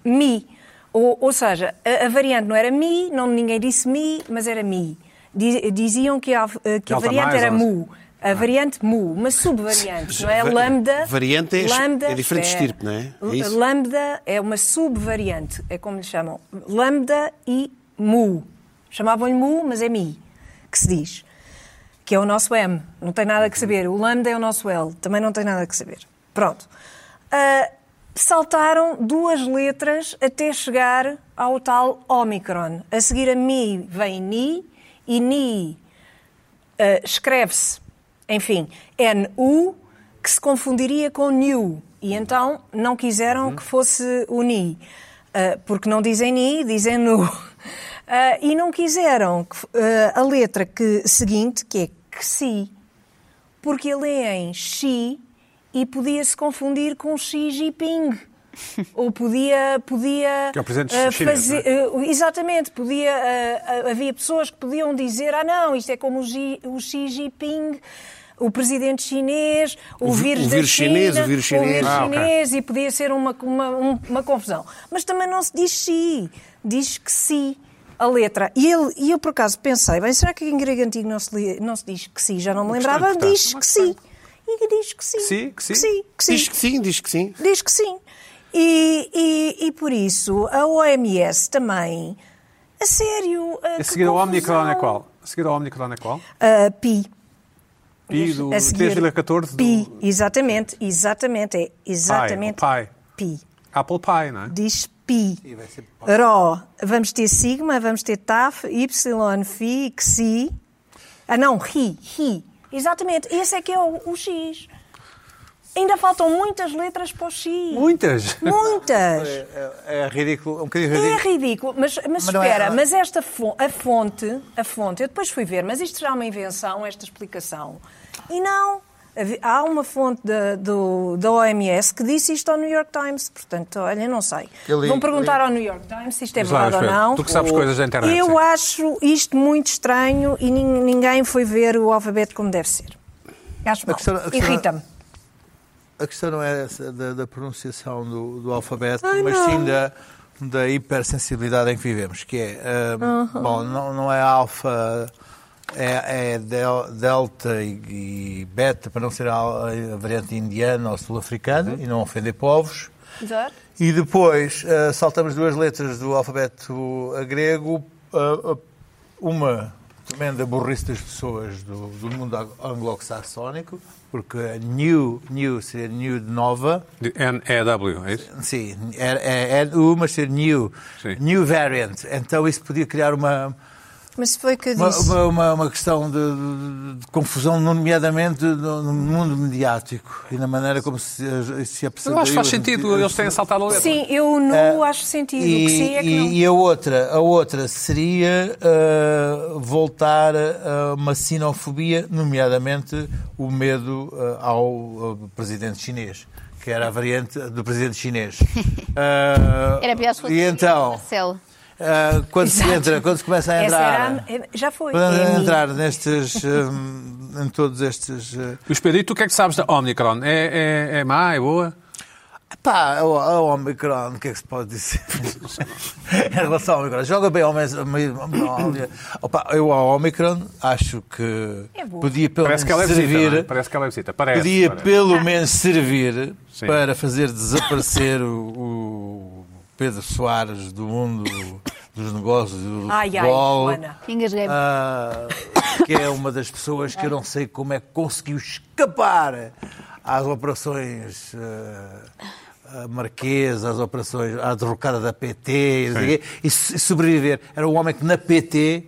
S3: Mi. Ou, ou seja, a, a variante não era Mi, não, ninguém disse Mi, mas era Mi. Di- Diziam que a, eh, que a
S1: Delta
S3: variante
S1: mais,
S3: era
S1: ou Ah. não sei.
S3: Mu. A variante mu, uma subvariante, não é?
S4: va-
S3: Lambda.
S4: variante é-
S3: lambda,
S4: é diferente de
S3: espera.
S4: estirpe, não é? É isso?
S3: Lambda é uma subvariante, é como lhe chamam. Lambda e mu. Chamavam-lhe mu, mas é mi, que se diz. Que é o nosso M, não tem nada que saber. O lambda é o nosso L, também não tem nada que saber. Pronto. Ah, saltaram duas letras até chegar ao tal Omicron. A seguir a Mi vem Ni e Ni eh, escreve-se, enfim, NU, que se confundiria com New. E então não quiseram
S1: Uhum.
S3: que fosse o Ni, eh, porque não dizem Ni, dizem Nu. Eh, e não quiseram que f- eh, a letra que, seguinte, que é Xi, porque ele é em Xi e podia-se confundir com Xi Jinping. Ou podia. podia
S1: Que é o presidente
S3: eh,
S1: chinês,
S3: fazer- eh, Exatamente, podia, eh, eh, havia pessoas que podiam dizer: ah, não, isto é como o Xi, o Xi Jinping. O presidente chinês, o,
S4: O vi-
S3: vírus
S4: o
S3: da
S4: vírus
S3: China,
S4: chinês, o vírus
S3: o
S4: chinês.
S3: vírus
S1: Ah, ok.
S3: chinês, e podia ser uma, uma, um- uma confusão. Mas também não se diz Xi, diz que si, a letra. E, ele, e eu, por acaso, pensei, bem, será que em grego antigo não se, li- não se diz que si? Já não me
S1: questão
S3: lembrava,
S1: importante.
S3: diz que si. E diz que sim.
S1: Si, que si?
S3: que sim.
S4: Diz que sim, diz que sim.
S3: Diz que sim. E, e, e por isso a OMS também. A sério.
S1: A seguir ao Omnicron é qual? A seguir ao Omnicron é qual?
S3: A Pi.
S1: Pi do
S3: A seguir,
S1: 3,14
S3: Pi,
S1: do
S3: exatamente, exatamente, é exatamente.
S1: pai.
S3: Pi.
S1: Apple Pie, não é?
S3: Diz Pi. Ró. Vamos ter sigma, vamos ter taf, y, fi, xi. Ah, não, ri, ri. Exatamente, esse é que é o, o x. Ainda faltam muitas letras para o x.
S1: Muitas!
S3: Muitas.
S5: É, é ridículo, um bocadinho
S3: É
S5: ridículo.
S3: ridículo, mas, mas
S5: Mas não é-
S3: espera, mas esta fo- a fonte, a fonte, eu depois fui ver, mas isto já é uma invenção, esta explicação. E não, havi- há uma fonte da, do, da OMS que disse isto ao New York Times, portanto, olha, não sei.
S5: Eu li-
S3: Vão perguntar
S5: li.
S3: ao New York Times se isto é
S1: Mas lá,
S3: verdade ou
S1: espera,
S3: não.
S1: tu que sabes coisas da internet,
S3: Eu
S1: sim.
S3: acho isto muito estranho e nin- ninguém foi ver o alfabeto como deve ser. Acho mal.
S5: questão- a questão-
S3: Irrita-me.
S5: A questão não é essa da, da pronunciação do, do alfabeto,
S3: Ai,
S5: mas
S3: não.
S5: sim da, da hipersensibilidade em que vivemos, que é, ah, bom, não, não é alfa, é, é del- delta e, e beta, para não ser al- a variante indiana ou sul-africana, e não ofender povos.
S3: Exato.
S5: E depois ah, saltamos duas letras do alfabeto ah, grego, ah, ah, uma tremenda burrice das pessoas do, do mundo ang- anglo-saxónico, porque new, new seria new de nova,
S1: De N-E-W, é isso?
S5: sim, era- é, é new, mas seria new,
S1: Sim.
S5: new variant. Então isso podia criar uma,
S3: Mas foi o que eu
S5: uma,
S3: disse.
S5: uma- uma- uma questão de, de- de confusão, nomeadamente no, no mundo mediático e na maneira como se, se
S1: Eu acho que faz sentido, eles têm assaltado a letra.
S3: Sim, eu não acho sentido. o que sim é que
S5: Ah, e-
S3: não.
S5: e a outra, a outra seria ah, voltar a uma sinofobia, nomeadamente o medo ah, ao ah, presidente chinês, que era a variante do presidente chinês. Ah,
S2: Era pior se fosse assim,
S5: E então,
S2: Marcelo.
S5: ah, quando se
S3: Exato.
S5: entra, quando se começa a
S3: Essa
S5: entrar,
S3: era a- já foi.
S5: quando
S3: É a minha.
S5: entrar nestes, ah, em todos estes ah,
S1: O Expedito, o que é que sabes da Omnicron? É, é, é má, é boa?
S5: Pá, a, a Omicron, o que é que se pode dizer? em relação ao Omicron, joga bem ao mesmo. Opa, eu ao Omicron acho que
S3: É boa.
S5: podia pelo menos
S1: Parece que ela é visita.
S5: servir.
S1: não é? Parece que ela é visita. Parece.
S5: podia
S1: parece.
S5: pelo menos servir
S1: Sim.
S5: para fazer desaparecer o, o Pedro Soares do mundo dos negócios e do
S3: Ai, ai,
S5: futebol.
S3: Joana.
S2: Engasguei-me.
S5: Ah, que é uma das pessoas que eu não sei como é que conseguiu escapar às operações ah, ah, marquesas, às operações, à derrocada da PT e não sei o quê, e, so- e sobreviver. Era um homem que na PT,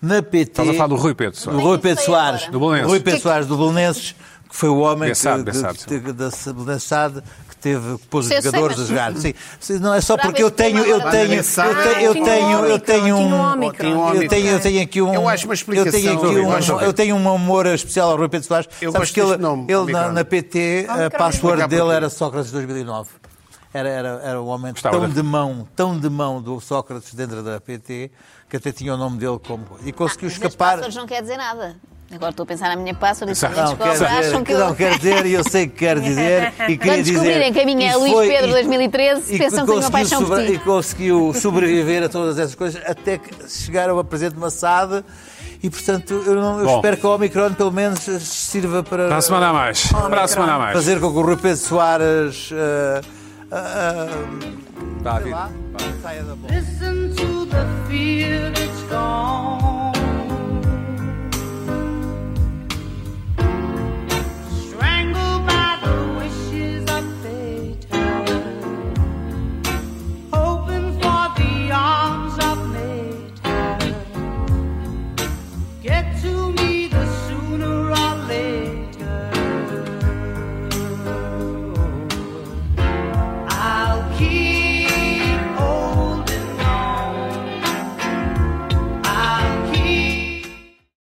S5: na PT,
S1: Estás a falar do Rui Pedro
S5: do
S1: Soares.
S5: Rui Pedro Soares,
S1: Do Belenenses.
S5: Rui Pedro Soares do Belenenses, que foi o homem
S1: Bessado,
S5: que,
S1: Bessado,
S5: que,
S1: sim.
S5: que- da Sabedensade que teve que pôs os
S2: Sim, eu sei,
S5: jogadores
S2: mas-
S5: a jogar. Sim, Sim, não é só
S2: Esperava
S5: porque eu
S2: esse tema
S5: tenho, eu
S2: agora.
S5: tenho, eu
S4: Bessado.
S5: tenho, eu
S3: Tinha um
S5: tenho, eu
S3: Ômicron,
S5: tenho
S3: tinha um
S5: um,
S3: Ômicron.
S4: Tinha um
S5: eu tenho, eu tenho aqui um.
S4: Eu acho uma
S5: Eu tenho,
S4: explicação.
S5: aqui
S1: Vamos ouvir,
S5: um,
S1: vamos
S5: eu tenho um amor especial ao Rui Pedro Soares.
S4: Eu
S5: Sabes
S4: gosto
S5: que ele,
S4: deste nome,
S5: ele na,
S4: Omicron.
S5: na PT, a
S3: Omicron.
S5: password
S4: Explicar
S5: dele
S4: porquê.
S5: era Sócrates 2009. Era, era, era um homem
S1: Gostava
S5: tão
S1: de-
S5: de mão, tão de mão do Sócrates dentro da PT, que até tinha o nome dele como. E conseguiu
S2: Mas as
S5: escapar.
S2: pássaros não quer dizer nada. Agora estou a pensar na minha pássaro e se
S1: Não,
S2: eles
S5: Não, quer
S2: descobrem, acham
S5: dizer,
S2: que eu...
S5: não quer dizer, e eu sei que quer dizer. E queria
S2: Quando descobrirem
S5: dizer,
S2: que a minha é
S5: e
S2: Luís
S5: foi-
S2: Pedro
S5: e-
S2: 2013,
S5: e
S2: pensam que tenho uma
S5: conseguiu
S2: paixão por
S5: sobre-
S2: ti.
S5: E conseguiu sobreviver a todas essas coisas até que chegaram a presente maçada. E, portanto, eu, não- eu
S1: Bom.
S5: espero que a Omicron, pelo menos, sirva para
S1: Para a semana a mais. Para a semana a mais.
S5: fazer com que o Rui Pedro Soares ah, ah,
S1: Vá,
S5: ah,
S1: vida.
S5: saia da bola.
S6: Listen to the fear that's gone.